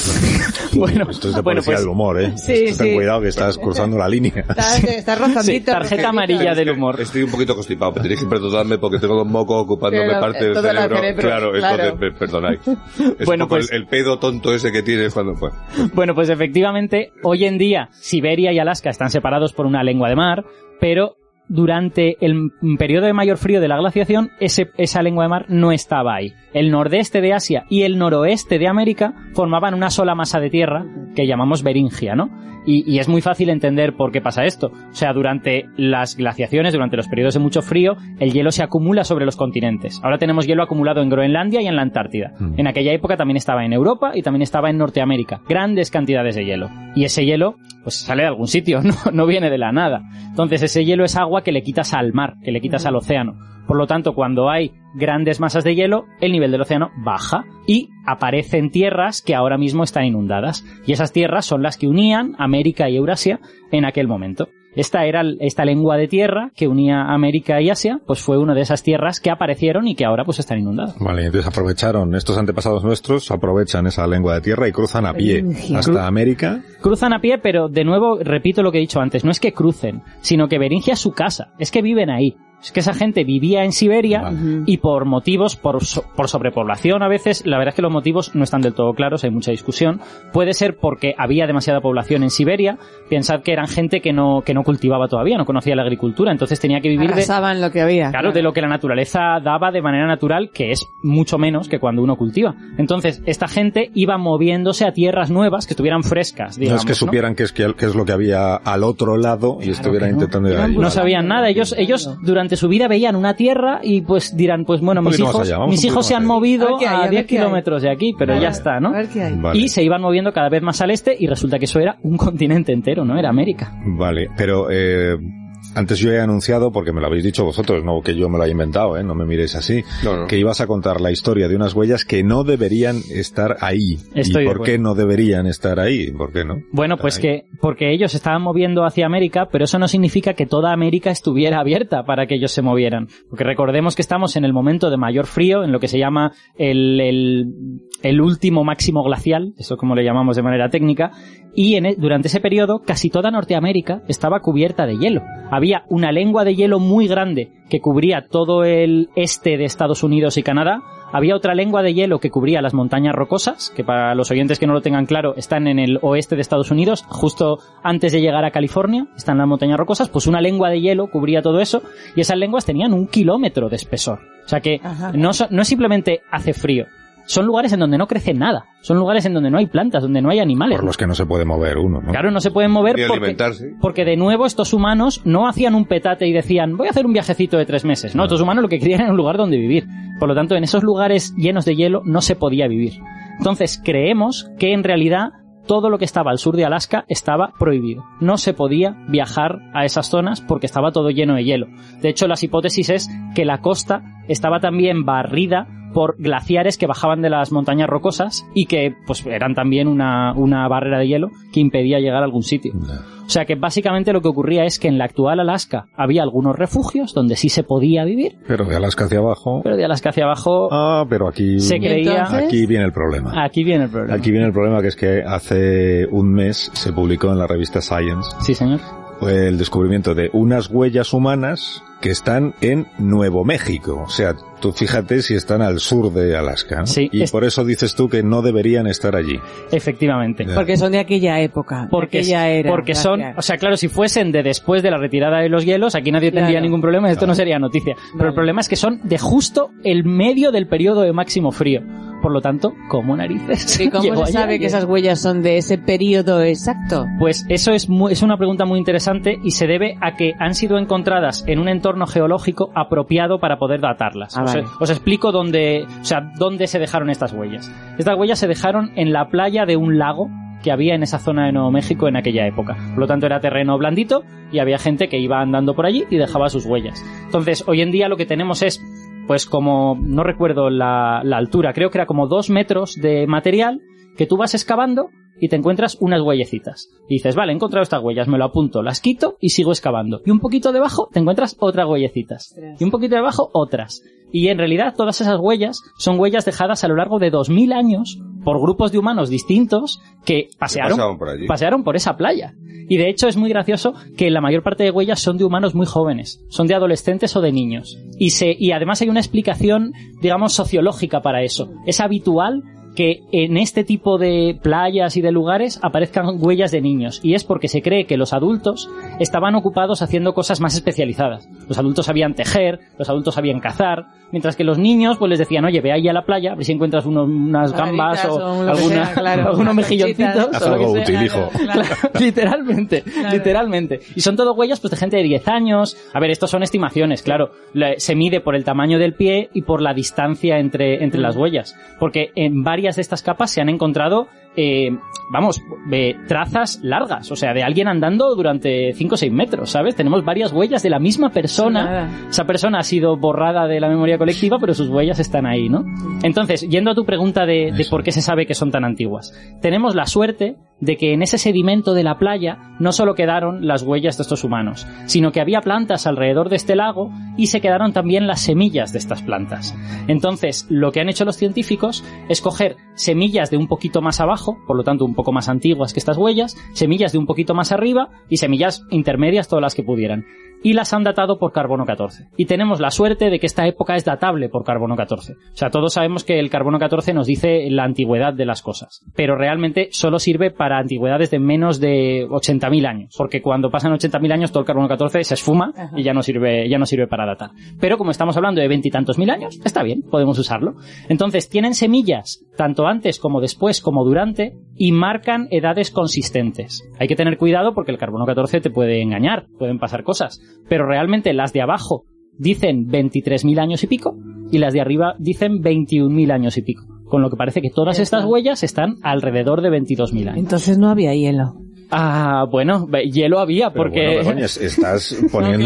Speaker 6: Bueno,
Speaker 1: Esto es de
Speaker 6: bueno,
Speaker 1: policía
Speaker 6: pues,
Speaker 1: del humor, ¿eh?
Speaker 7: Sí,
Speaker 1: Esto Ten
Speaker 7: sí.
Speaker 1: cuidado que estás cruzando la línea.
Speaker 7: Estás, estás
Speaker 6: sí,
Speaker 7: rozandito.
Speaker 6: tarjeta amarilla del humor.
Speaker 2: Estoy un poquito constipado, pero tenéis que perdonarme porque tengo los mocos ocupándome
Speaker 7: Pero,
Speaker 2: parte
Speaker 7: eh,
Speaker 2: del
Speaker 7: todo el
Speaker 2: cerebro.
Speaker 7: cerebro,
Speaker 2: claro,
Speaker 7: claro.
Speaker 2: entonces per- perdonáis. Es
Speaker 6: Bueno,
Speaker 2: un poco
Speaker 6: pues-
Speaker 2: el, el pedo tonto ese que tienes cuando fue.
Speaker 6: Bueno, pues efectivamente, hoy en día Siberia y Alaska están separados por una lengua de mar, pero durante el m- periodo de mayor frío de la glaciación, ese- esa lengua de mar no estaba ahí. El nordeste de Asia y el noroeste de América formaban una sola masa de tierra que llamamos Beringia, ¿no? Y, y es muy fácil entender por qué pasa esto. O sea, durante las glaciaciones, durante los periodos de mucho frío, el hielo se acumula sobre los continentes. Ahora tenemos hielo acumulado en Groenlandia y en la Antártida.
Speaker 1: Mm.
Speaker 6: En aquella época también estaba en Europa y también estaba en Norteamérica. Grandes cantidades de hielo. Y ese hielo, pues sale de algún sitio, no, no viene de la nada. Entonces ese hielo es agua que le quitas al mar, que le quitas al océano. Por lo tanto, cuando hay grandes masas de hielo, el nivel del océano baja y aparecen tierras que ahora mismo están inundadas. Y esas tierras son las que unían América y Eurasia en aquel momento. Esta era l- esta lengua de tierra que unía América y Asia, pues fue una de esas tierras que aparecieron y que ahora pues están inundadas.
Speaker 1: Vale, entonces aprovecharon, estos antepasados nuestros aprovechan esa lengua de tierra y cruzan a pie
Speaker 7: Beringia.
Speaker 1: hasta América.
Speaker 6: Cruzan a pie, pero de nuevo repito lo que he dicho antes, no es que crucen, sino que Beringia es su casa, es que viven ahí. Es que esa gente vivía en Siberia
Speaker 1: Vale.
Speaker 6: y por motivos, por, so- por sobrepoblación a veces, la verdad es que los motivos no están del todo claros, hay mucha discusión. Puede ser porque había demasiada población en Siberia, pensad que eran gente que no, que no cultivaba todavía, no conocía la agricultura, entonces tenía que
Speaker 3: Ah,
Speaker 6: vivir de,
Speaker 7: Arrasaban lo que había.
Speaker 6: Claro, de lo que la naturaleza daba de manera natural, que es mucho menos que cuando uno cultiva. Entonces, esta gente iba moviéndose a tierras nuevas que estuvieran frescas,
Speaker 1: No
Speaker 6: digamos.
Speaker 1: es que supieran qué es, que, qué es lo que había al otro lado y estuvieran intentando ir
Speaker 7: Eran
Speaker 1: ahí.
Speaker 6: No
Speaker 7: Vale.
Speaker 6: sabían nada. Ellos, ellos durante su vida veían una tierra y pues dirán, pues bueno,
Speaker 1: Un
Speaker 6: mis
Speaker 1: poquito más
Speaker 6: hijos,
Speaker 1: allá, vamos
Speaker 6: mis
Speaker 1: un poquito
Speaker 6: hijos se
Speaker 1: más
Speaker 6: han
Speaker 1: allá.
Speaker 7: A
Speaker 6: movido
Speaker 7: ver qué hay,
Speaker 6: a
Speaker 7: a ver
Speaker 6: 10
Speaker 7: qué hay.
Speaker 6: kilómetros de aquí, pero
Speaker 7: Vale.
Speaker 6: ya está, ¿no?
Speaker 7: A ver qué hay.
Speaker 1: Vale.
Speaker 6: Y se iban moviendo cada vez más al este y resulta que eso era un continente entero, ¿no? Era América.
Speaker 1: Vale, pero eh, antes yo he anunciado, porque me lo habéis dicho vosotros, no que yo me lo haya inventado, ¿eh? no me miréis así,
Speaker 2: No, no.
Speaker 1: que ibas a contar la historia de unas huellas que no deberían estar ahí.
Speaker 6: Estoy
Speaker 1: ¿Y
Speaker 6: de
Speaker 1: por qué no deberían estar ahí? ¿Por qué no?
Speaker 6: Bueno, pues
Speaker 1: Ahí.
Speaker 6: que porque ellos se estaban moviendo hacia América, pero eso no significa que toda América estuviera abierta para que ellos se movieran. Porque recordemos que estamos en el momento de mayor frío, en lo que se llama el, el, el último máximo glacial, eso como le llamamos de manera técnica, y en e- durante ese periodo casi toda Norteamérica estaba cubierta de hielo. Había una lengua de hielo muy grande que cubría todo el este de Estados Unidos y Canadá, había otra lengua de hielo que cubría las montañas rocosas, que para los oyentes que no lo tengan claro, están en el oeste de Estados Unidos, justo antes de llegar a California, están las montañas rocosas, pues una lengua de hielo cubría todo eso, y esas lenguas tenían un kilómetro de espesor. O sea
Speaker 3: Ah,
Speaker 6: que
Speaker 7: Ajá.
Speaker 6: no, so- no simplemente hace frío, son lugares en donde no crece nada, son lugares en donde no hay plantas, donde no hay animales.
Speaker 1: Por los que no se puede mover uno, ¿no?
Speaker 6: Claro, no se pueden mover
Speaker 2: Y
Speaker 6: porque,
Speaker 2: alimentarse.
Speaker 6: porque de nuevo estos humanos no hacían un petate y decían, voy a hacer un viajecito de tres meses. No, estos humanos lo que querían era un lugar donde vivir. Por lo tanto, en esos lugares llenos de hielo no se podía vivir. Entonces, creemos que en realidad todo lo que estaba al sur de Alaska estaba prohibido. No se podía viajar a esas zonas porque estaba todo lleno de hielo. De hecho, las hipótesis es que la costa estaba también barrida por glaciares que bajaban de las montañas rocosas y que pues eran también una, una barrera de hielo que impedía llegar a algún sitio. O sea que básicamente lo que ocurría es que en la actual Alaska había algunos refugios donde sí se podía vivir,
Speaker 1: Pero de Alaska hacia abajo.
Speaker 6: pero de Alaska hacia abajo
Speaker 1: Ah, pero aquí,
Speaker 6: se Ah. creía...
Speaker 7: entonces?
Speaker 1: aquí viene el problema.
Speaker 6: Aquí viene el problema.
Speaker 1: Aquí viene el problema que es que hace un mes se publicó en la revista Science
Speaker 6: Sí, señor.
Speaker 1: el descubrimiento de unas huellas humanas que están en Nuevo México. O sea, tú fíjate si están al sur de Alaska. ¿no?
Speaker 6: Sí,
Speaker 1: y
Speaker 6: es-
Speaker 1: por eso dices tú que no deberían estar allí.
Speaker 6: Efectivamente.
Speaker 1: Ya.
Speaker 7: Porque son de aquella época. de
Speaker 6: Porque,
Speaker 7: aquella era.
Speaker 6: porque son,
Speaker 7: Gracias.
Speaker 6: o sea, claro, si fuesen de después de la retirada de los hielos, aquí nadie tendría
Speaker 7: Claro.
Speaker 6: ningún problema, esto no sería noticia. Pero
Speaker 7: Vale.
Speaker 6: el problema es que son de justo el medio del periodo de máximo frío. Por lo tanto, como narices.
Speaker 7: ¿Y cómo
Speaker 6: llegó
Speaker 7: se
Speaker 6: allá?
Speaker 7: sabe que esas huellas son de ese periodo exacto?
Speaker 6: Pues eso es, mu- es una pregunta muy interesante y se debe a que han sido encontradas en un entorno geológico apropiado para poder datarlas.
Speaker 7: Ah,
Speaker 6: os,
Speaker 7: vale.
Speaker 6: os explico dónde, o sea, dónde se dejaron estas huellas. Estas huellas se dejaron en la playa de un lago que había en esa zona de Nuevo México en aquella época. Por lo tanto, era terreno blandito y había gente que iba andando por allí y dejaba sus huellas. Entonces, hoy en día lo que tenemos es, pues como, no recuerdo la, la altura, creo que era como dos metros de material que tú vas excavando y te encuentras unas huellecitas. Y dices, vale, he encontrado estas huellas, me lo apunto, las quito y sigo excavando. Y un poquito debajo te encuentras otras huellecitas. Y un poquito debajo otras. Y en realidad todas esas huellas son huellas dejadas a lo largo de 2000 años por grupos de humanos distintos que pasearon
Speaker 2: pasaban por allí.
Speaker 6: pasearon por esa playa. Y de hecho es muy gracioso que la mayor parte de huellas son de humanos muy jóvenes, son de adolescentes o de niños. Y, se, y además hay una explicación, digamos, sociológica para eso. Es habitual que en este tipo de playas y de lugares aparezcan huellas de niños. Y es porque se cree que los adultos estaban ocupados haciendo cosas más especializadas. Los adultos sabían tejer, los adultos sabían cazar, mientras que los niños pues les decían, oye, ve ahí a la playa, a ver si encuentras uno- unas gambas
Speaker 7: Varitas
Speaker 6: o,
Speaker 7: o lo que
Speaker 6: alguna-
Speaker 7: sea, claro,
Speaker 6: algunos
Speaker 7: unas conchitas,
Speaker 6: mejilloncitos.
Speaker 1: Haz
Speaker 6: o lo que
Speaker 1: algo
Speaker 6: sea".
Speaker 1: útil, hijo.
Speaker 6: Claro, literalmente, literalmente. Y son todo huellas pues de gente de 10 años. A ver, estos son estimaciones, claro. La- Se mide por el tamaño del pie y por la distancia entre, entre las huellas. Porque en varias de estas capas se han encontrado, eh, vamos, eh, trazas largas. O sea, de alguien andando durante 5 o 6 metros, ¿sabes? Tenemos varias huellas de la misma persona.
Speaker 7: Nada.
Speaker 6: Esa persona ha sido borrada de la memoria colectiva, pero sus huellas están ahí, ¿no? Entonces, yendo a tu pregunta de, de
Speaker 1: Eso.
Speaker 6: por qué se sabe que son tan antiguas, tenemos la suerte de que en ese sedimento de la playa no solo quedaron las huellas de estos humanos, sino que había plantas alrededor de este lago y se quedaron también las semillas de estas plantas. Entonces, lo que han hecho los científicos es coger semillas de un poquito más abajo, por lo tanto un poco más antiguas que estas huellas, semillas de un poquito más arriba y semillas intermedias todas las que pudieran. Y las han datado por carbono 14. Y tenemos la suerte de que esta época es datable por carbono 14. O sea, todos sabemos que el carbono 14 nos dice la antigüedad de las cosas. Pero realmente solo sirve para antigüedades de menos de 80.000 años. Porque cuando pasan 80.000 años todo el carbono 14 se esfuma y ya no sirve, ya no sirve para datar. Pero como estamos hablando de veintitantos mil años, está bien, podemos usarlo. Entonces, tienen semillas, tanto antes como después como durante, y marcan edades consistentes. Hay que tener cuidado porque el carbono 14 te puede engañar, pueden pasar cosas. Pero realmente las de abajo dicen 23.000 años y pico, y las de arriba dicen 21.000 años y pico. Con lo que parece que todas
Speaker 7: Ya
Speaker 6: estas
Speaker 7: está.
Speaker 6: huellas están alrededor de 22.000 años.
Speaker 7: Entonces no había hielo.
Speaker 6: Ah, bueno, ve- hielo había
Speaker 1: Pero
Speaker 6: porque...
Speaker 1: bueno, Begoña, es- estás poniendo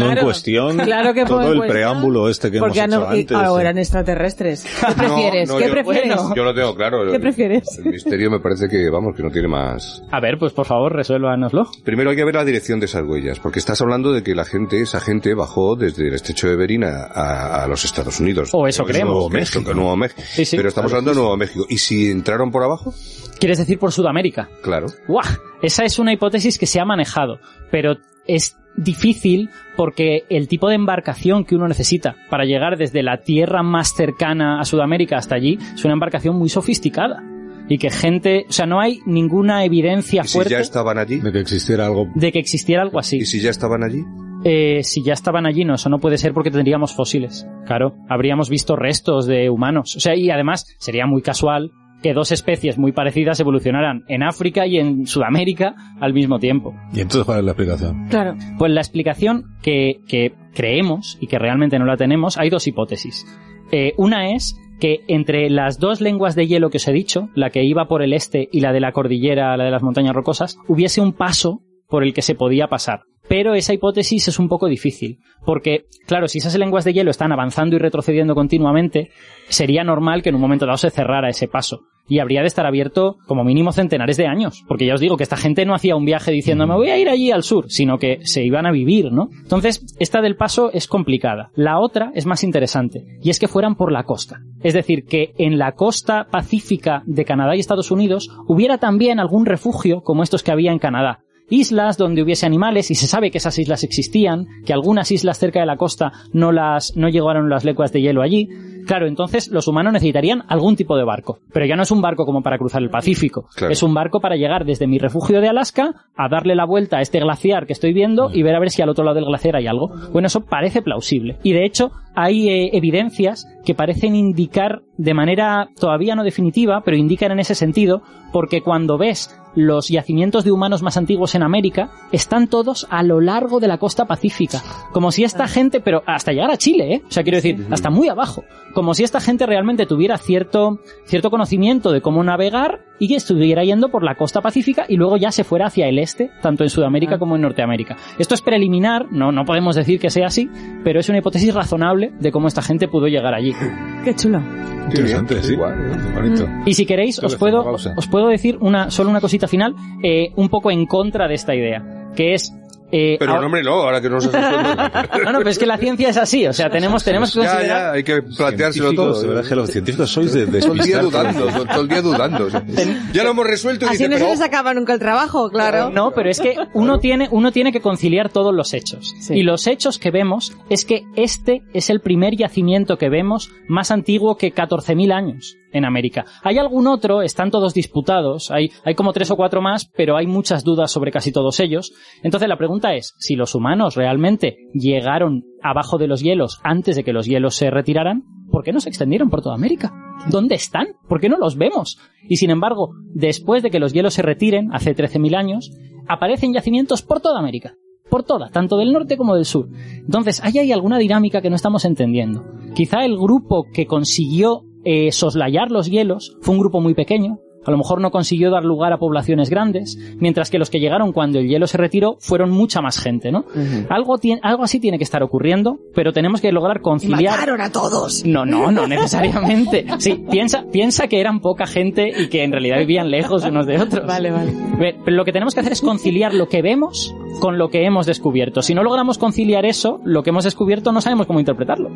Speaker 7: Eh, claro.
Speaker 1: en cuestión
Speaker 7: Claro que pongo
Speaker 1: todo
Speaker 7: en
Speaker 1: el
Speaker 7: cuestión,
Speaker 1: preámbulo este que hemos
Speaker 7: Porque
Speaker 1: hecho
Speaker 7: no- y
Speaker 1: antes. ¿eh?
Speaker 7: ahora eran extraterrestres. ¿Qué prefieres?
Speaker 2: No, no,
Speaker 7: ¿Qué
Speaker 2: yo-
Speaker 7: prefieres?
Speaker 2: Yo lo tengo claro.
Speaker 7: ¿Qué prefieres?
Speaker 2: El misterio me parece que, vamos, que no tiene más.
Speaker 6: A ver, pues por favor, resuélvanoslo.
Speaker 2: Primero hay que ver la dirección de esas huellas, porque estás hablando de que la gente, esa gente bajó desde el estrecho de Berina a, a los Estados Unidos.
Speaker 6: O eso
Speaker 2: Que es
Speaker 6: creemos.
Speaker 2: Nuevo México. que es Nuevo México.
Speaker 6: Sí, sí.
Speaker 2: Pero estamos hablando de Nuevo México. ¿Y si entraron por abajo?
Speaker 6: ¿Quieres decir por Sudamérica?
Speaker 2: Claro.
Speaker 6: ¡Guau! Esa es una hipótesis que se ha manejado, pero es difícil porque el tipo de embarcación que uno necesita para llegar desde la tierra más cercana a Sudamérica hasta allí es una embarcación muy sofisticada. Y que gente, o sea, no hay ninguna evidencia
Speaker 2: ¿Y si
Speaker 6: fuerte
Speaker 2: ya estaban allí?
Speaker 1: eh, De que existiera algo
Speaker 6: de que existiera algo así.
Speaker 2: ¿Y si ya estaban allí?
Speaker 6: Eh, si ya estaban allí, no, eso no puede ser porque tendríamos fósiles. Claro, habríamos visto restos de humanos. O sea, y además sería muy casual que dos especies muy parecidas evolucionaran en África y en Sudamérica al mismo tiempo.
Speaker 1: ¿Y entonces cuál es la explicación?
Speaker 7: Claro.
Speaker 6: Pues la explicación que, que creemos y que realmente no la tenemos, hay dos hipótesis. Eh, una es que entre las dos lenguas de hielo que os he dicho, la que iba por el este y la de la cordillera, la de las montañas rocosas, hubiese un paso por el que se podía pasar. Pero esa hipótesis es un poco difícil, porque, claro, si esas lenguas de hielo están avanzando y retrocediendo continuamente, sería normal que en un momento dado se cerrara ese paso. Y habría de estar abierto como mínimo centenares de años. Porque ya os digo que esta gente no hacía un viaje diciendo me voy a ir allí al sur, sino que se iban a vivir, ¿no? Entonces, esta del paso es complicada. La otra es más interesante. Y es que fueran por la costa. Es decir, que en la costa pacífica de Canadá y Estados Unidos hubiera también algún refugio como estos que había en Canadá islas donde hubiese animales y se sabe que esas islas existían, que algunas islas cerca de la costa no las no llegaron las lecuas de hielo allí. Claro, entonces los humanos necesitarían algún tipo de barco, pero ya no es un barco como para cruzar el Pacífico,
Speaker 2: Claro.
Speaker 6: es un barco para llegar desde mi refugio de Alaska a darle la vuelta a este glaciar que estoy viendo y ver a ver si al otro lado del glaciar hay algo. Bueno, eso parece plausible y de hecho hay eh, evidencias que parecen indicar de manera todavía no definitiva, pero indican en ese sentido, porque cuando ves los yacimientos de humanos más antiguos en América están todos a lo largo de la costa pacífica. Como si esta gente, pero hasta llegar a Chile, ¿eh? O sea, quiero decir, hasta muy abajo. Como si esta gente realmente tuviera cierto, cierto conocimiento de cómo navegar y que estuviera yendo por la costa pacífica y luego ya se fuera hacia el este, tanto en Sudamérica
Speaker 7: Ah.
Speaker 6: como en Norteamérica. Esto es preliminar, no, no podemos decir que sea así, pero es una hipótesis razonable de cómo esta gente pudo llegar allí.
Speaker 7: Qué chulo.
Speaker 1: Interesante, sí.
Speaker 2: ¿eh?
Speaker 7: Mm.
Speaker 1: Bonito.
Speaker 6: Y si queréis,
Speaker 1: Entonces,
Speaker 6: os puedo,
Speaker 1: hacemos pausa.
Speaker 6: os puedo decir una, solo una cosita final, eh, un poco en contra de esta idea, que es... eh,
Speaker 2: Pero
Speaker 6: ahora-
Speaker 2: no, hombre, no, ahora que no se
Speaker 6: no, no, pero es que la ciencia es así, o sea, tenemos, tenemos que
Speaker 2: Ya, ya,
Speaker 6: considerar...
Speaker 2: hay que planteárselo
Speaker 1: Científicos,
Speaker 2: todo.
Speaker 1: De verdad es que los científicos sois de
Speaker 2: Todo el día
Speaker 1: despistar.
Speaker 2: dudando, todo el día dudando. Ya lo hemos resuelto y
Speaker 8: Así
Speaker 2: dice,
Speaker 8: no se
Speaker 2: pero
Speaker 8: les acaba nunca el trabajo, claro.
Speaker 6: No, pero es que uno tiene, uno tiene que conciliar todos los hechos.
Speaker 7: Sí.
Speaker 6: Y los hechos que vemos es que este es el primer yacimiento que vemos más antiguo que 14.000 años en América. Hay algún otro, están todos disputados, hay, hay como tres o cuatro más, pero hay muchas dudas sobre casi todos ellos. Entonces la pregunta es, si los humanos realmente llegaron abajo de los hielos antes de que los hielos se retiraran, ¿por qué no se extendieron por toda América? ¿Dónde están? ¿Por qué no los vemos? Y sin embargo, después de que los hielos se retiren, hace 13.000 años, aparecen yacimientos por toda América. Por toda, tanto del norte como del sur. Entonces, ahí hay alguna dinámica que no estamos entendiendo. Quizá el grupo que consiguió eh, soslayar los hielos fue un grupo muy pequeño. A lo mejor no consiguió dar lugar a poblaciones grandes, mientras que los que llegaron cuando el hielo se retiró fueron mucha más gente, ¿no? Algo, tie- algo así tiene que estar ocurriendo, pero tenemos que lograr conciliar...
Speaker 8: Mataron a todos.
Speaker 6: No, no, no necesariamente. Sí, piensa, piensa que eran poca gente y que en realidad vivían lejos unos de otros.
Speaker 7: Vale, vale.
Speaker 6: Ve- Pero lo que tenemos que hacer es conciliar lo que vemos con lo que hemos descubierto. Si no logramos conciliar eso, lo que hemos descubierto no sabemos cómo interpretarlo.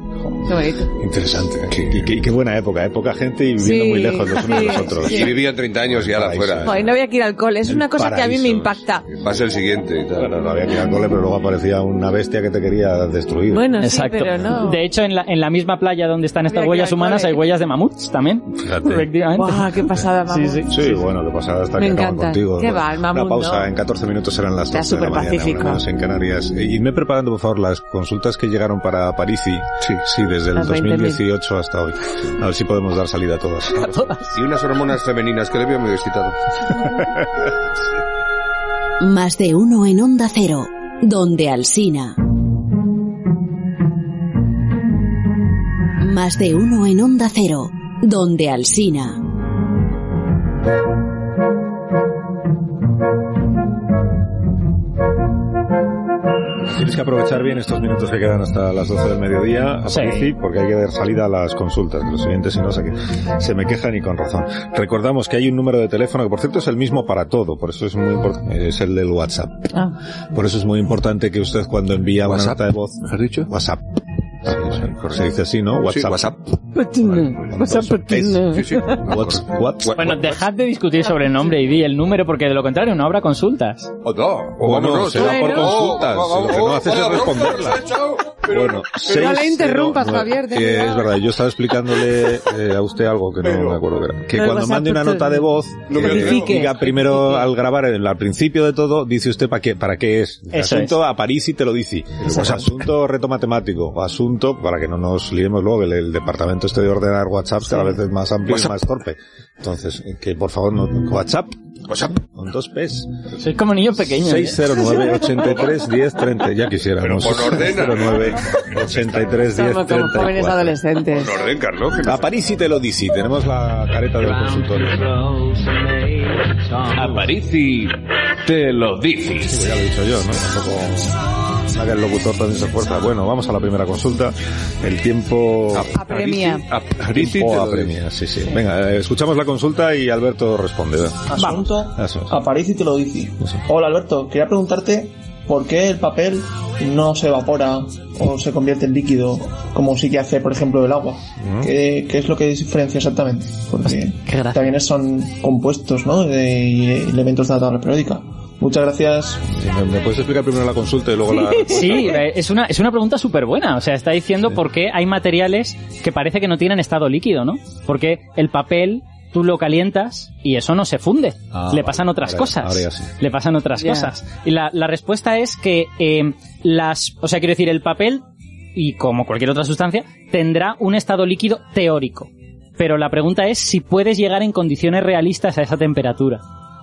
Speaker 7: Qué bonito.
Speaker 1: Interesante. Y qué, y qué buena época, ¿eh? poca gente y viviendo
Speaker 8: Sí,
Speaker 1: muy lejos los unos de los otros.
Speaker 2: Y vivían 30 años ya afuera.
Speaker 8: Joder, no había que ir al cole. Es
Speaker 1: El
Speaker 8: una cosa que a mí me
Speaker 1: paraíso.
Speaker 8: impacta.
Speaker 2: ¿eh? Va a ser el siguiente y
Speaker 1: Bueno,
Speaker 2: tal.
Speaker 1: no había que ir al cole, pero luego aparecía una bestia que te quería destruir.
Speaker 7: Bueno, sí, pero no.
Speaker 6: De hecho, en la, en la misma playa donde están estas
Speaker 7: Mira,
Speaker 6: huellas
Speaker 7: claro,
Speaker 6: humanas
Speaker 7: vale.
Speaker 6: hay huellas de mamuts también.
Speaker 1: Fíjate.
Speaker 6: Efectivamente.
Speaker 7: Guau, qué pasada, vamos.
Speaker 1: Sí, bueno, qué pasada hasta
Speaker 7: Me
Speaker 1: que acaban
Speaker 7: encanta.
Speaker 1: contigo.
Speaker 7: Qué va, el mamut,
Speaker 1: Una pausa, ¿eh?
Speaker 7: ¿no?
Speaker 1: en 14 minutos serán las
Speaker 7: Está
Speaker 1: 12 de la mañana,
Speaker 7: superpacífico.
Speaker 1: una menos en Canarias. Y me preparando, por favor, las consultas que llegaron para París y
Speaker 2: Sí.
Speaker 1: sí, desde el
Speaker 7: Las 20.000.
Speaker 1: 2018 hasta hoy. A ver si podemos dar salida a todas.
Speaker 2: Y unas hormonas femeninas que le veo muy excitado.
Speaker 5: Más de uno en Onda Cero, donde Alsina. Más de uno en Onda Cero, donde Alsina.
Speaker 1: Tienes que aprovechar bien estos minutos que quedan hasta las 12 del mediodía, a
Speaker 6: Sí.
Speaker 1: Parisi, porque hay que dar salida a las consultas, que los siguientes si no sé qué, se me quejan y con razón. Recordamos que hay un número de teléfono que por cierto es el mismo para todo, por eso es muy importante, es el del WhatsApp.
Speaker 7: Ah,
Speaker 1: Por eso es muy importante que usted cuando envía una
Speaker 2: WhatsApp,
Speaker 1: nota de voz,
Speaker 2: ¿Has dicho?
Speaker 1: WhatsApp. Sí, se dice así, ¿no?
Speaker 2: Sí,
Speaker 1: WhatsApp.
Speaker 2: WhatsApp.
Speaker 3: Mm,
Speaker 7: patino. Pasa patino.
Speaker 2: Sí, sí.
Speaker 1: What's- what-
Speaker 6: Bueno, dejad de discutir sobre el nombre y di el número, porque de lo contrario no habrá consultas.
Speaker 2: O no, o
Speaker 1: Bueno,
Speaker 2: vámonos.
Speaker 1: se va por
Speaker 2: Bueno.
Speaker 1: consultas,
Speaker 2: Oh,
Speaker 1: lo que no haces es
Speaker 2: vaya bronca,
Speaker 1: responderla.
Speaker 2: nos ha echado. Pero-
Speaker 1: Bueno,
Speaker 7: no
Speaker 1: seis,
Speaker 7: le interrumpas,
Speaker 1: cero, nueve.
Speaker 7: Javier, ten
Speaker 1: Eh,
Speaker 7: cuidado.
Speaker 1: es verdad, yo estaba explicándole eh, a usted algo que no
Speaker 2: Pero-
Speaker 1: me acuerdo que era. Que
Speaker 7: No, el
Speaker 1: cuando
Speaker 7: WhatsApp
Speaker 1: mande una
Speaker 7: por
Speaker 1: nota de voz,
Speaker 2: No me
Speaker 1: eh,
Speaker 2: lo creo.
Speaker 1: diga primero al grabar, el- al principio de todo, dice usted para qué, para qué es. El
Speaker 6: Eso
Speaker 1: asunto a París y te lo dice. O sea, asunto reto matemático. o Asunto, para que no nos liemos luego, que el, el departamento este de ordenar WhatsApp cada vez es más amplio y más torpe. Entonces, eh, que por favor, no, WhatsApp,
Speaker 2: WhatsApp.
Speaker 1: con dos P's.
Speaker 6: Sois como niños pequeños. ¿eh?
Speaker 1: 609 83 10 30 ya quisiéramos
Speaker 2: Pero por orden.
Speaker 1: 609 83 10
Speaker 7: Somos como jóvenes
Speaker 1: 30
Speaker 7: adolescentes.
Speaker 2: Con orden, Carlos. que no-
Speaker 1: a París y te lo dice tenemos la careta del consultorio
Speaker 9: Aparici te lo dices.
Speaker 1: ya lo he dicho yo no tampoco haga el locutor tan esa fuerza bueno vamos a la primera consulta el tiempo
Speaker 7: Apremia.
Speaker 2: Aristi te
Speaker 1: o
Speaker 2: lo
Speaker 1: apremia sí sí venga eh, escuchamos la consulta y Alberto responde va.
Speaker 10: Asunto
Speaker 1: Eso es.
Speaker 10: aparece y te lo dice.
Speaker 1: Eso.
Speaker 10: Hola Alberto, quería preguntarte por qué el papel no se evapora o se convierte en líquido como sí que hace, por ejemplo, el agua.
Speaker 1: Mm.
Speaker 10: ¿Qué, qué es lo que diferencia exactamente? Porque
Speaker 6: qué gracia.
Speaker 10: también son compuestos ¿no? De- y elementos de la tabla periódica. Muchas gracias.
Speaker 1: ¿Me, me puedes explicar primero la consulta y luego la
Speaker 6: Sí, eh, es una, es una pregunta súper buena. O sea, está diciendo por qué hay materiales que parece que no tienen estado líquido, ¿no? Porque el papel tú lo calientas y eso no se funde.
Speaker 1: Ah,
Speaker 6: Le pasan
Speaker 1: vale.
Speaker 6: otras
Speaker 1: Ahora ya-
Speaker 6: cosas.
Speaker 1: ahora ya sí.
Speaker 6: Le pasan otras
Speaker 7: Ya.
Speaker 6: cosas. Y la, la respuesta es que eh, las... O sea, quiero decir, el papel, y como cualquier otra sustancia, tendrá un estado líquido teórico. Pero la pregunta es si puedes llegar en condiciones realistas a esa temperatura.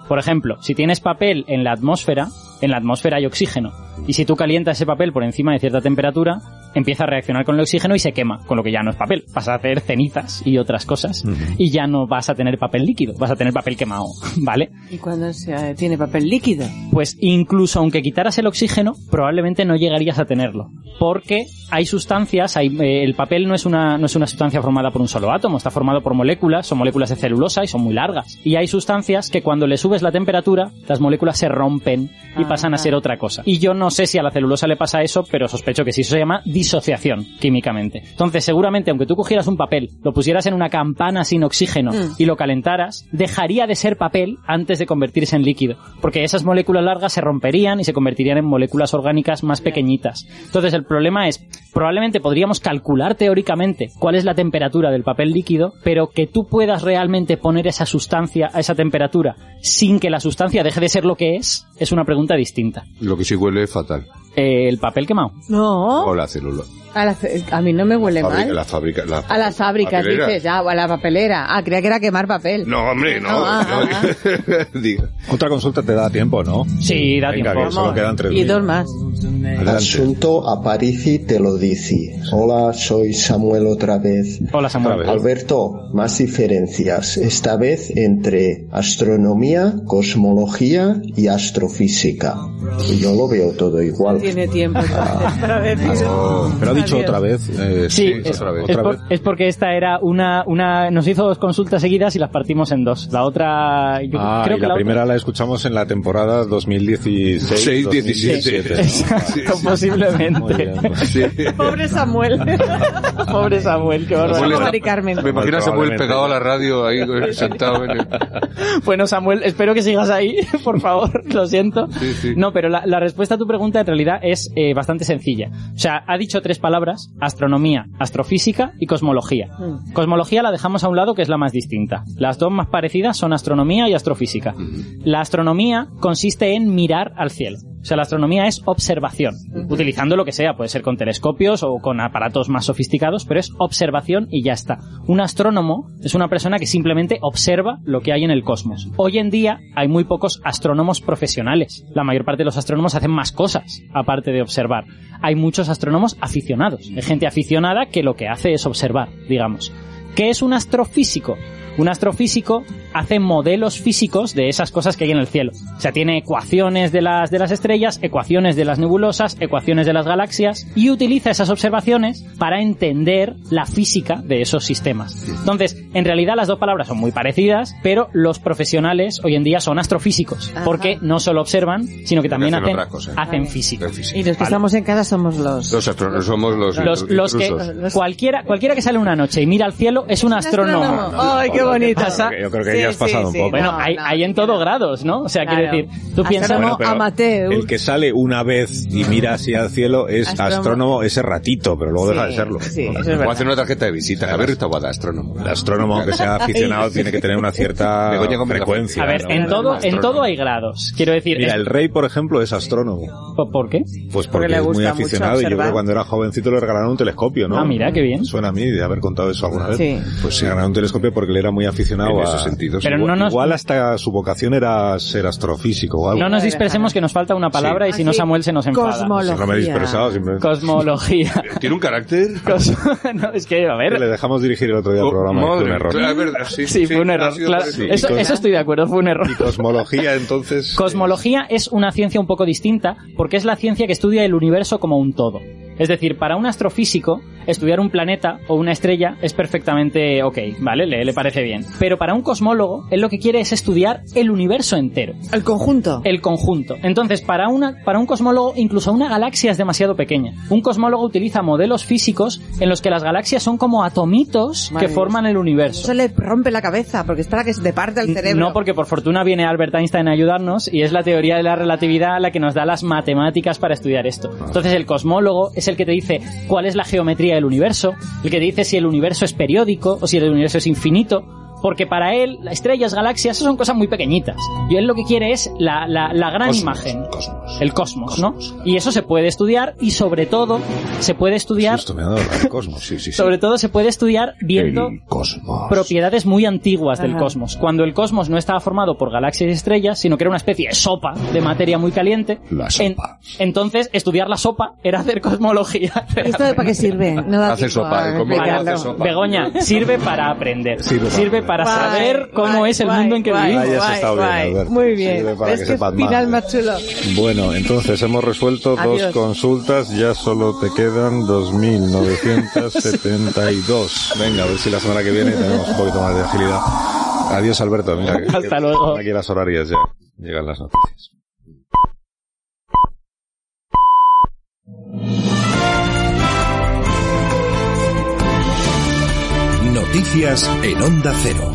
Speaker 6: Por ejemplo, si tienes papel en la atmósfera, en la atmósfera hay oxígeno. Y si tú calientas ese papel por encima de cierta temperatura, empieza a reaccionar con el oxígeno y se quema, con lo que ya no es papel. Vas a hacer cenizas y otras cosas y ya no vas a tener papel líquido, vas a tener papel quemado, ¿vale?
Speaker 7: ¿Y cuando se eh, tiene papel líquido?
Speaker 6: Pues incluso aunque quitaras el oxígeno, probablemente no llegarías a tenerlo. Porque hay sustancias, hay, eh, el papel no es, una, no es una sustancia formada por un solo átomo, está formado por moléculas, son moléculas de celulosa y son muy largas. Y hay sustancias que cuando le subes la temperatura, las moléculas se rompen y pasan a ser otra cosa. Y yo no sé si a la celulosa le pasa eso, pero sospecho que sí, eso se llama disociación químicamente. Entonces, seguramente, aunque tú cogieras un papel, lo pusieras en una campana sin oxígeno
Speaker 7: Mm.
Speaker 6: y lo calentaras, dejaría de ser papel antes de convertirse en líquido, porque esas moléculas largas se romperían y se convertirían en moléculas orgánicas más pequeñitas. Entonces el problema es, probablemente podríamos calcular teóricamente cuál es la temperatura del papel líquido, pero que tú puedas realmente poner esa sustancia a esa temperatura sin que la sustancia deje de ser lo que es, es una pregunta distinta.
Speaker 2: Lo que sí huele es fatal.
Speaker 6: Eh, el papel quemado.
Speaker 7: No.
Speaker 2: O la célula.
Speaker 7: A, la ce- a mí no me huele
Speaker 2: Fabrica-
Speaker 7: mal.
Speaker 2: la fábrica. la-
Speaker 7: A las fábricas,
Speaker 2: papelera.
Speaker 7: dices, ah, o a la papelera. Ah, creía que era quemar papel.
Speaker 2: No, hombre, no.
Speaker 7: Ah, ah,
Speaker 2: no. Digo,
Speaker 1: Otra consulta te da tiempo, ¿no?
Speaker 6: Sí, da
Speaker 1: Venga,
Speaker 6: tiempo.
Speaker 1: que solo quedan tres
Speaker 7: Y dos más.
Speaker 1: Adelante.
Speaker 11: Asunto Aparici te lo dice. Hola, soy Samuel otra vez.
Speaker 6: Hola Samuel.
Speaker 1: Otra vez.
Speaker 11: Alberto, más diferencias, esta vez entre astronomía, cosmología y astrofísica. Yo lo veo todo igual.
Speaker 7: Tiene tiempo entonces, para decir.
Speaker 1: Pero ha dicho
Speaker 7: Adiós.
Speaker 1: otra vez. eh,
Speaker 6: Sí,
Speaker 1: sí,
Speaker 6: es,
Speaker 1: otra vez.
Speaker 6: es
Speaker 1: Otra
Speaker 6: por-
Speaker 1: vez.
Speaker 6: es porque esta era una, una... Nos hizo dos consultas seguidas y las partimos en dos. La otra... Yo
Speaker 1: Ah,
Speaker 6: creo
Speaker 1: y
Speaker 6: que
Speaker 1: la,
Speaker 6: la otra-
Speaker 1: primera la escuchamos en la temporada 2016.
Speaker 2: Seis, diecisiete.
Speaker 1: 2017.
Speaker 6: Exacto,
Speaker 1: Muy
Speaker 6: posiblemente.
Speaker 1: bien, pues.
Speaker 2: sí.
Speaker 7: Pobre Samuel.
Speaker 6: Pobre Samuel,
Speaker 2: Samuel
Speaker 6: qué
Speaker 7: Como
Speaker 2: está-
Speaker 6: bárbaro.
Speaker 7: Mari Carmen.
Speaker 2: Me imagino a Samuel
Speaker 1: Probablemente.
Speaker 2: pegado a la radio ahí sentado en el...
Speaker 6: Bueno, Samuel, espero que sigas ahí, por favor, lo siento.
Speaker 2: Sí, sí.
Speaker 6: No, pero la, la respuesta a tu pregunta en realidad es eh, bastante sencilla. O sea, ha dicho tres palabras, astronomía, astrofísica y cosmología.
Speaker 7: Mm.
Speaker 6: Cosmología la dejamos a un lado, que es la más distinta. Las dos más parecidas son astronomía y astrofísica. La astronomía consiste en mirar al cielo. O sea, la astronomía es observación, utilizando lo que sea, puede ser con telescopios o con aparatos más sofisticados, pero es observación y ya está. Un astrónomo es una persona que simplemente observa lo que hay en el cosmos. Hoy en día hay muy pocos astrónomos profesionales. La mayor parte de los astrónomos hacen más cosas, aparte de observar. Hay muchos astrónomos aficionados. Hay gente aficionada que lo que hace es observar, digamos. ¿Qué es un astrofísico? Un astrofísico hace modelos físicos de esas cosas que hay en el cielo. O sea, tiene ecuaciones de las, de las estrellas, ecuaciones de las nebulosas, ecuaciones de las galaxias y utiliza esas observaciones para entender la física de esos sistemas. Entonces, en realidad las dos palabras son muy parecidas, pero los profesionales hoy en día son astrofísicos,
Speaker 7: Ajá.
Speaker 6: porque no solo observan, sino que también
Speaker 2: hacen
Speaker 6: hacen,
Speaker 2: otras cosas.
Speaker 6: hacen
Speaker 7: Vale.
Speaker 6: física.
Speaker 2: El físico.
Speaker 7: Y los que
Speaker 6: Vale.
Speaker 7: estamos en casa somos los...
Speaker 2: Los astrónomos somos los,
Speaker 6: Los, los que
Speaker 2: intrusos.
Speaker 6: cualquiera, cualquiera que sale una noche y mira al cielo es un astrónomo. Oh,
Speaker 7: Ay, qué bonito.
Speaker 1: Yo creo que- yo creo que ya has pasado un poco.
Speaker 6: Bueno,
Speaker 7: No,
Speaker 6: hay,
Speaker 7: no,
Speaker 6: hay en todos grados, ¿no? O sea,
Speaker 7: Claro.
Speaker 6: quiero decir, tú piensas...
Speaker 7: Astrónomo
Speaker 1: pero
Speaker 7: amateur.
Speaker 1: El que sale una vez y mira hacia el cielo es
Speaker 7: Astrónomo.
Speaker 1: astrónomo, ese ratito, pero luego
Speaker 7: Sí,
Speaker 1: deja de serlo.
Speaker 7: sí, eso es
Speaker 2: O
Speaker 7: verdad.
Speaker 2: hacer una tarjeta de visita. Haber estado de astrónomo.
Speaker 1: El astrónomo que sea aficionado tiene que tener una cierta
Speaker 2: Begoña con
Speaker 1: frecuencia.
Speaker 6: A ver,
Speaker 1: ¿no?
Speaker 6: en todo, en
Speaker 2: astrónomo.
Speaker 6: todo hay grados. Quiero decir,
Speaker 1: Mira,
Speaker 6: es-
Speaker 1: el rey, por ejemplo, es astrónomo.
Speaker 6: ¿por- ¿por qué?
Speaker 1: Pues porque,
Speaker 7: Porque le
Speaker 1: es muy
Speaker 7: gusta mucho
Speaker 1: aficionado y yo creo
Speaker 7: observar.
Speaker 1: que cuando era jovencito le regalaron un telescopio, ¿no?
Speaker 6: Ah, mira, qué bien.
Speaker 1: Suena a mí de haber contado eso alguna vez.
Speaker 7: Sí.
Speaker 1: Pues se ganaron un telescopio porque él era muy aficionado
Speaker 2: En
Speaker 1: a...
Speaker 2: esos sentidos.
Speaker 6: Pero
Speaker 1: igual,
Speaker 6: no nos-
Speaker 1: igual hasta su vocación era ser astrofísico o algo.
Speaker 6: No nos dispersemos que nos falta una palabra y si no
Speaker 7: Así,
Speaker 6: Samuel se nos enfada.
Speaker 7: Cosmología.
Speaker 1: Si no me he dispersado, simplemente.
Speaker 6: Cosmología.
Speaker 2: Tiene un carácter...
Speaker 6: Cos- no, es que, a
Speaker 1: Le
Speaker 6: ver...
Speaker 1: dejamos dirigir el otro día el programa. y fue
Speaker 2: Madre,
Speaker 1: un error.
Speaker 2: claro, es verdad, sí,
Speaker 6: Sí, fue un
Speaker 2: ha
Speaker 6: error.
Speaker 2: sido
Speaker 6: claro.
Speaker 2: por
Speaker 1: Sí.
Speaker 6: eso,
Speaker 1: Cos-
Speaker 6: eso estoy de acuerdo, fue un error.
Speaker 1: Y cosmología, entonces...
Speaker 6: Cosmología es una ciencia un poco distinta porque es la ciencia que estudia el universo como un todo. Es decir, para un astrofísico, estudiar un planeta o una estrella es perfectamente ok, ¿vale? Le, le parece bien. Pero para un cosmólogo, él lo que quiere es estudiar el universo entero,
Speaker 7: El conjunto.
Speaker 6: el conjunto. Entonces, para, una, para un cosmólogo, incluso una galaxia es demasiado pequeña. Un cosmólogo utiliza modelos físicos en los que las galaxias son como atomitos que
Speaker 7: Madre
Speaker 6: forman el universo.
Speaker 8: Eso le rompe la cabeza, porque es para que se te parte el cerebro.
Speaker 6: No, porque por fortuna viene Albert Einstein a ayudarnos y es la teoría de la relatividad la que nos da las matemáticas para estudiar esto. Entonces el cosmólogo es el que te dice cuál es la geometría del universo, el que te dice si el universo es periódico o si el universo es infinito. porque para él las estrellas, galaxias, eso son cosas muy pequeñitas. Y él lo que quiere es la, la- la gran
Speaker 12: Cosmos,
Speaker 6: imagen, el cosmos, ¿no? Y eso se puede estudiar y sobre todo se puede estudiar,
Speaker 1: Esto me ha dado el cosmos, sí, sí, sí.
Speaker 6: sobre todo se puede estudiar viendo
Speaker 1: El cosmos.
Speaker 6: propiedades muy antiguas del
Speaker 1: Ajá.
Speaker 6: cosmos. Cuando el cosmos no estaba formado por galaxias y estrellas, sino que era una especie de sopa de materia muy caliente. En- entonces, estudiar la sopa era hacer cosmología.
Speaker 7: ¿Esto de para qué sirve? No da
Speaker 6: Hacer
Speaker 7: tiempo
Speaker 6: sopa,
Speaker 7: a
Speaker 6: eh, como
Speaker 7: explicarlo.
Speaker 6: hacer sopa. Begoña, sirve para aprender. Sirve para,
Speaker 7: aprender.
Speaker 6: saber cómo es el mundo en que
Speaker 7: guay,
Speaker 6: vivimos.
Speaker 1: Ahí has estado bien, Alberto.
Speaker 7: Muy bien.
Speaker 1: Sirve para
Speaker 7: Es
Speaker 1: que
Speaker 7: que
Speaker 1: sepas más.
Speaker 7: final más chulo.
Speaker 1: Bueno, entonces hemos resuelto dos
Speaker 7: Adiós.
Speaker 1: consultas, ya solo te quedan 2.972. Venga, a ver si la semana que viene tenemos un poquito más de agilidad. Adiós Alberto, mira. que-
Speaker 6: Hasta luego.
Speaker 1: Aquí las horarias ya, llegan las noticias. Noticias en Onda Cero.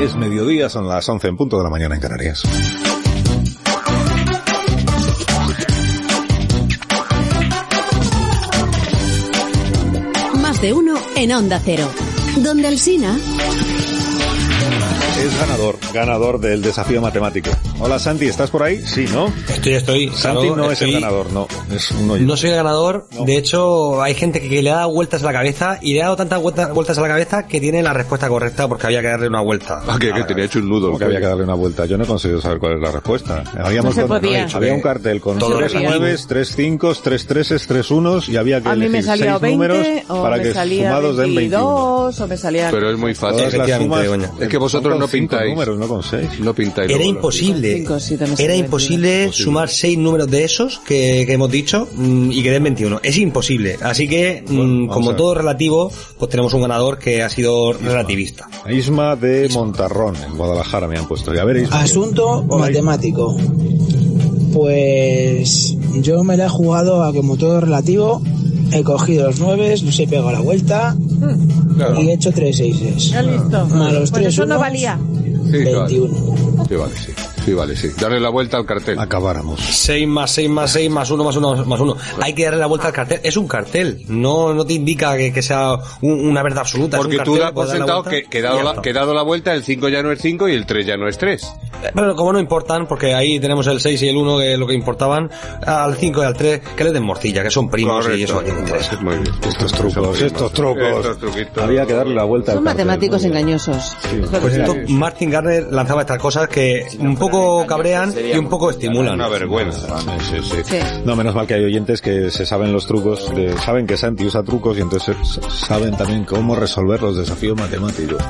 Speaker 1: Es mediodía, son las 11 en punto de la mañana en Canarias.
Speaker 5: Más de uno en Onda Cero. Donde Alsina.
Speaker 1: Es ganador, ganador del desafío matemático. Hola Santi, ¿estás por ahí? Sí, ¿no?
Speaker 4: Estoy, estoy.
Speaker 1: Santi
Speaker 4: Claro,
Speaker 1: no es el
Speaker 4: estoy-
Speaker 1: ganador, no. Es un oyente.
Speaker 4: No soy el ganador. De hecho, hay gente que, que le da vueltas a la cabeza y le ha dado tantas vueltas, vueltas a la cabeza que tiene la respuesta correcta porque había que darle una vuelta.
Speaker 1: Ah, que, tenía hecho un nudo. Que había que darle una vuelta. Yo no he conseguido saber cuál es la respuesta. Habíamos
Speaker 7: No se
Speaker 1: con-
Speaker 7: podía.
Speaker 1: había un cartel con
Speaker 7: Todo
Speaker 1: tres
Speaker 7: lo que había.
Speaker 1: nueves, tres cinco, tres treses, tres unos y había que
Speaker 7: A mí me
Speaker 1: elegir
Speaker 7: salía
Speaker 1: seis
Speaker 7: 20
Speaker 1: números
Speaker 7: o
Speaker 1: para
Speaker 7: me
Speaker 1: que
Speaker 7: salía
Speaker 1: sumados den 21.
Speaker 7: 22 o me salía...
Speaker 2: Pero es muy fácil.
Speaker 1: Todas las
Speaker 2: Efectivamente,
Speaker 1: sumas-
Speaker 2: Begoña. es que vosotros
Speaker 1: son
Speaker 2: no
Speaker 1: con cinco
Speaker 2: pintáis.
Speaker 1: números, no con seis.
Speaker 2: No pintáis.
Speaker 4: Era
Speaker 2: luego, ¿no?
Speaker 4: imposible.
Speaker 7: Cinco, sí, también
Speaker 4: Era
Speaker 7: se
Speaker 4: imposible sumar seis números de esos que, que hemos dicho mm, y que den 21. Es imposible. Así que, mm,
Speaker 1: a
Speaker 4: como
Speaker 1: ver.
Speaker 4: todo relativo, pues tenemos un ganador que ha sido relativista.
Speaker 1: Isma de Montarrón, en Guadalajara me han puesto. Y a ver, Isma.
Speaker 13: Asunto matemático. Pues yo me la he jugado a como todo relativo. He cogido los nueves, los he pegado a la vuelta y he hecho tres seises.
Speaker 7: Ya listo.
Speaker 13: Más los
Speaker 7: Pues
Speaker 13: tres
Speaker 7: eso no
Speaker 13: unos.
Speaker 7: valía.
Speaker 2: Sí, Vale. Sí, vale, sí. Sí, vale, sí. Darle la vuelta al cartel.
Speaker 1: Acabáramos.
Speaker 4: 6 más 6 más 6 más 1 más 1 más 1. Hay que darle la vuelta al cartel. Es un cartel. No, no te indica que, que sea un- una verdad absoluta. Es
Speaker 2: Porque
Speaker 4: un
Speaker 2: tú
Speaker 4: cartel,
Speaker 2: das por
Speaker 4: puedes dar la
Speaker 2: sentado que,
Speaker 4: vuelta
Speaker 2: que,
Speaker 4: y
Speaker 2: dado
Speaker 4: ya
Speaker 2: la,
Speaker 4: está.
Speaker 2: que dado la vuelta, el 5 ya no es 5 y el 3 ya no es 3.
Speaker 4: Pero como no importan, porque ahí tenemos el 6 y el 1 que es lo que importaban, al 5 y al 3, que le den morcilla, que son primos y eso aquí interesa.
Speaker 1: Estos trucos, estos trucos.
Speaker 4: Estos truquitos.
Speaker 1: Había que darle la vuelta al
Speaker 7: Son
Speaker 1: cartel.
Speaker 7: matemáticos engañosos. Es lo que
Speaker 4: Pues
Speaker 7: son.
Speaker 4: esto, Martin Garner lanzaba estas cosas que un poco cabrean y un poco estimulan.
Speaker 1: Una vergüenza. Pues Sí, sí.
Speaker 7: Sí.
Speaker 1: No, menos mal que hay oyentes que se saben los trucos, de- saben que Santi usa trucos y entonces s- saben también cómo resolver los desafíos matemáticos.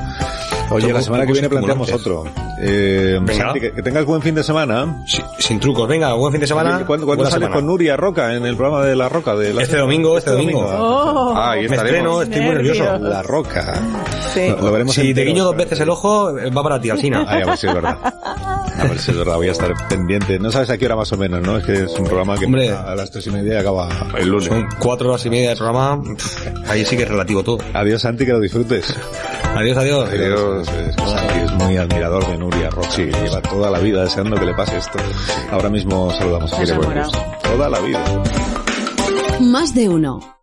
Speaker 1: Oye,
Speaker 4: Trucos,
Speaker 1: la semana que
Speaker 4: trucos
Speaker 1: viene planteamos otro.
Speaker 4: estimulantes.
Speaker 1: Eh,
Speaker 4: Venga.
Speaker 1: Santi, que, que tengas buen fin de semana.
Speaker 4: sin trucos, venga, buen fin de semana.
Speaker 1: Oye, ¿Cuándo, cuándo
Speaker 4: Buena
Speaker 1: sales
Speaker 4: semana.
Speaker 1: con Nuria Roca en el programa de La Roca? De la-
Speaker 4: Este domingo, este domingo.
Speaker 7: Oh.
Speaker 1: Ah, ahí
Speaker 4: Me estreno, estoy muy nervioso. Nervios.
Speaker 1: La Roca.
Speaker 7: Sí.
Speaker 1: Lo, lo veremos
Speaker 4: Si te
Speaker 1: entero.
Speaker 4: guiño dos veces el ojo, eh, va para ti, Alcina.
Speaker 1: Ay, a ver si es verdad. A ver si es verdad, voy a estar pendiente. No sabes a qué hora más o menos, ¿no? Es que es un programa que
Speaker 4: Hombre.
Speaker 1: empieza a las tres y media y acaba el lunes.
Speaker 4: Son cuatro horas y media de programa. Ahí sí que es relativo todo.
Speaker 1: Adiós, Santi, que lo disfrutes.
Speaker 4: Adiós, adiós.
Speaker 1: Adiós. Es, que Santi es muy admirador de Nuria Roxy, que lleva toda la vida deseando que le pase esto. Ahora mismo saludamos a
Speaker 7: Está
Speaker 1: Kire Buenos. Toda la vida.
Speaker 5: Más de uno.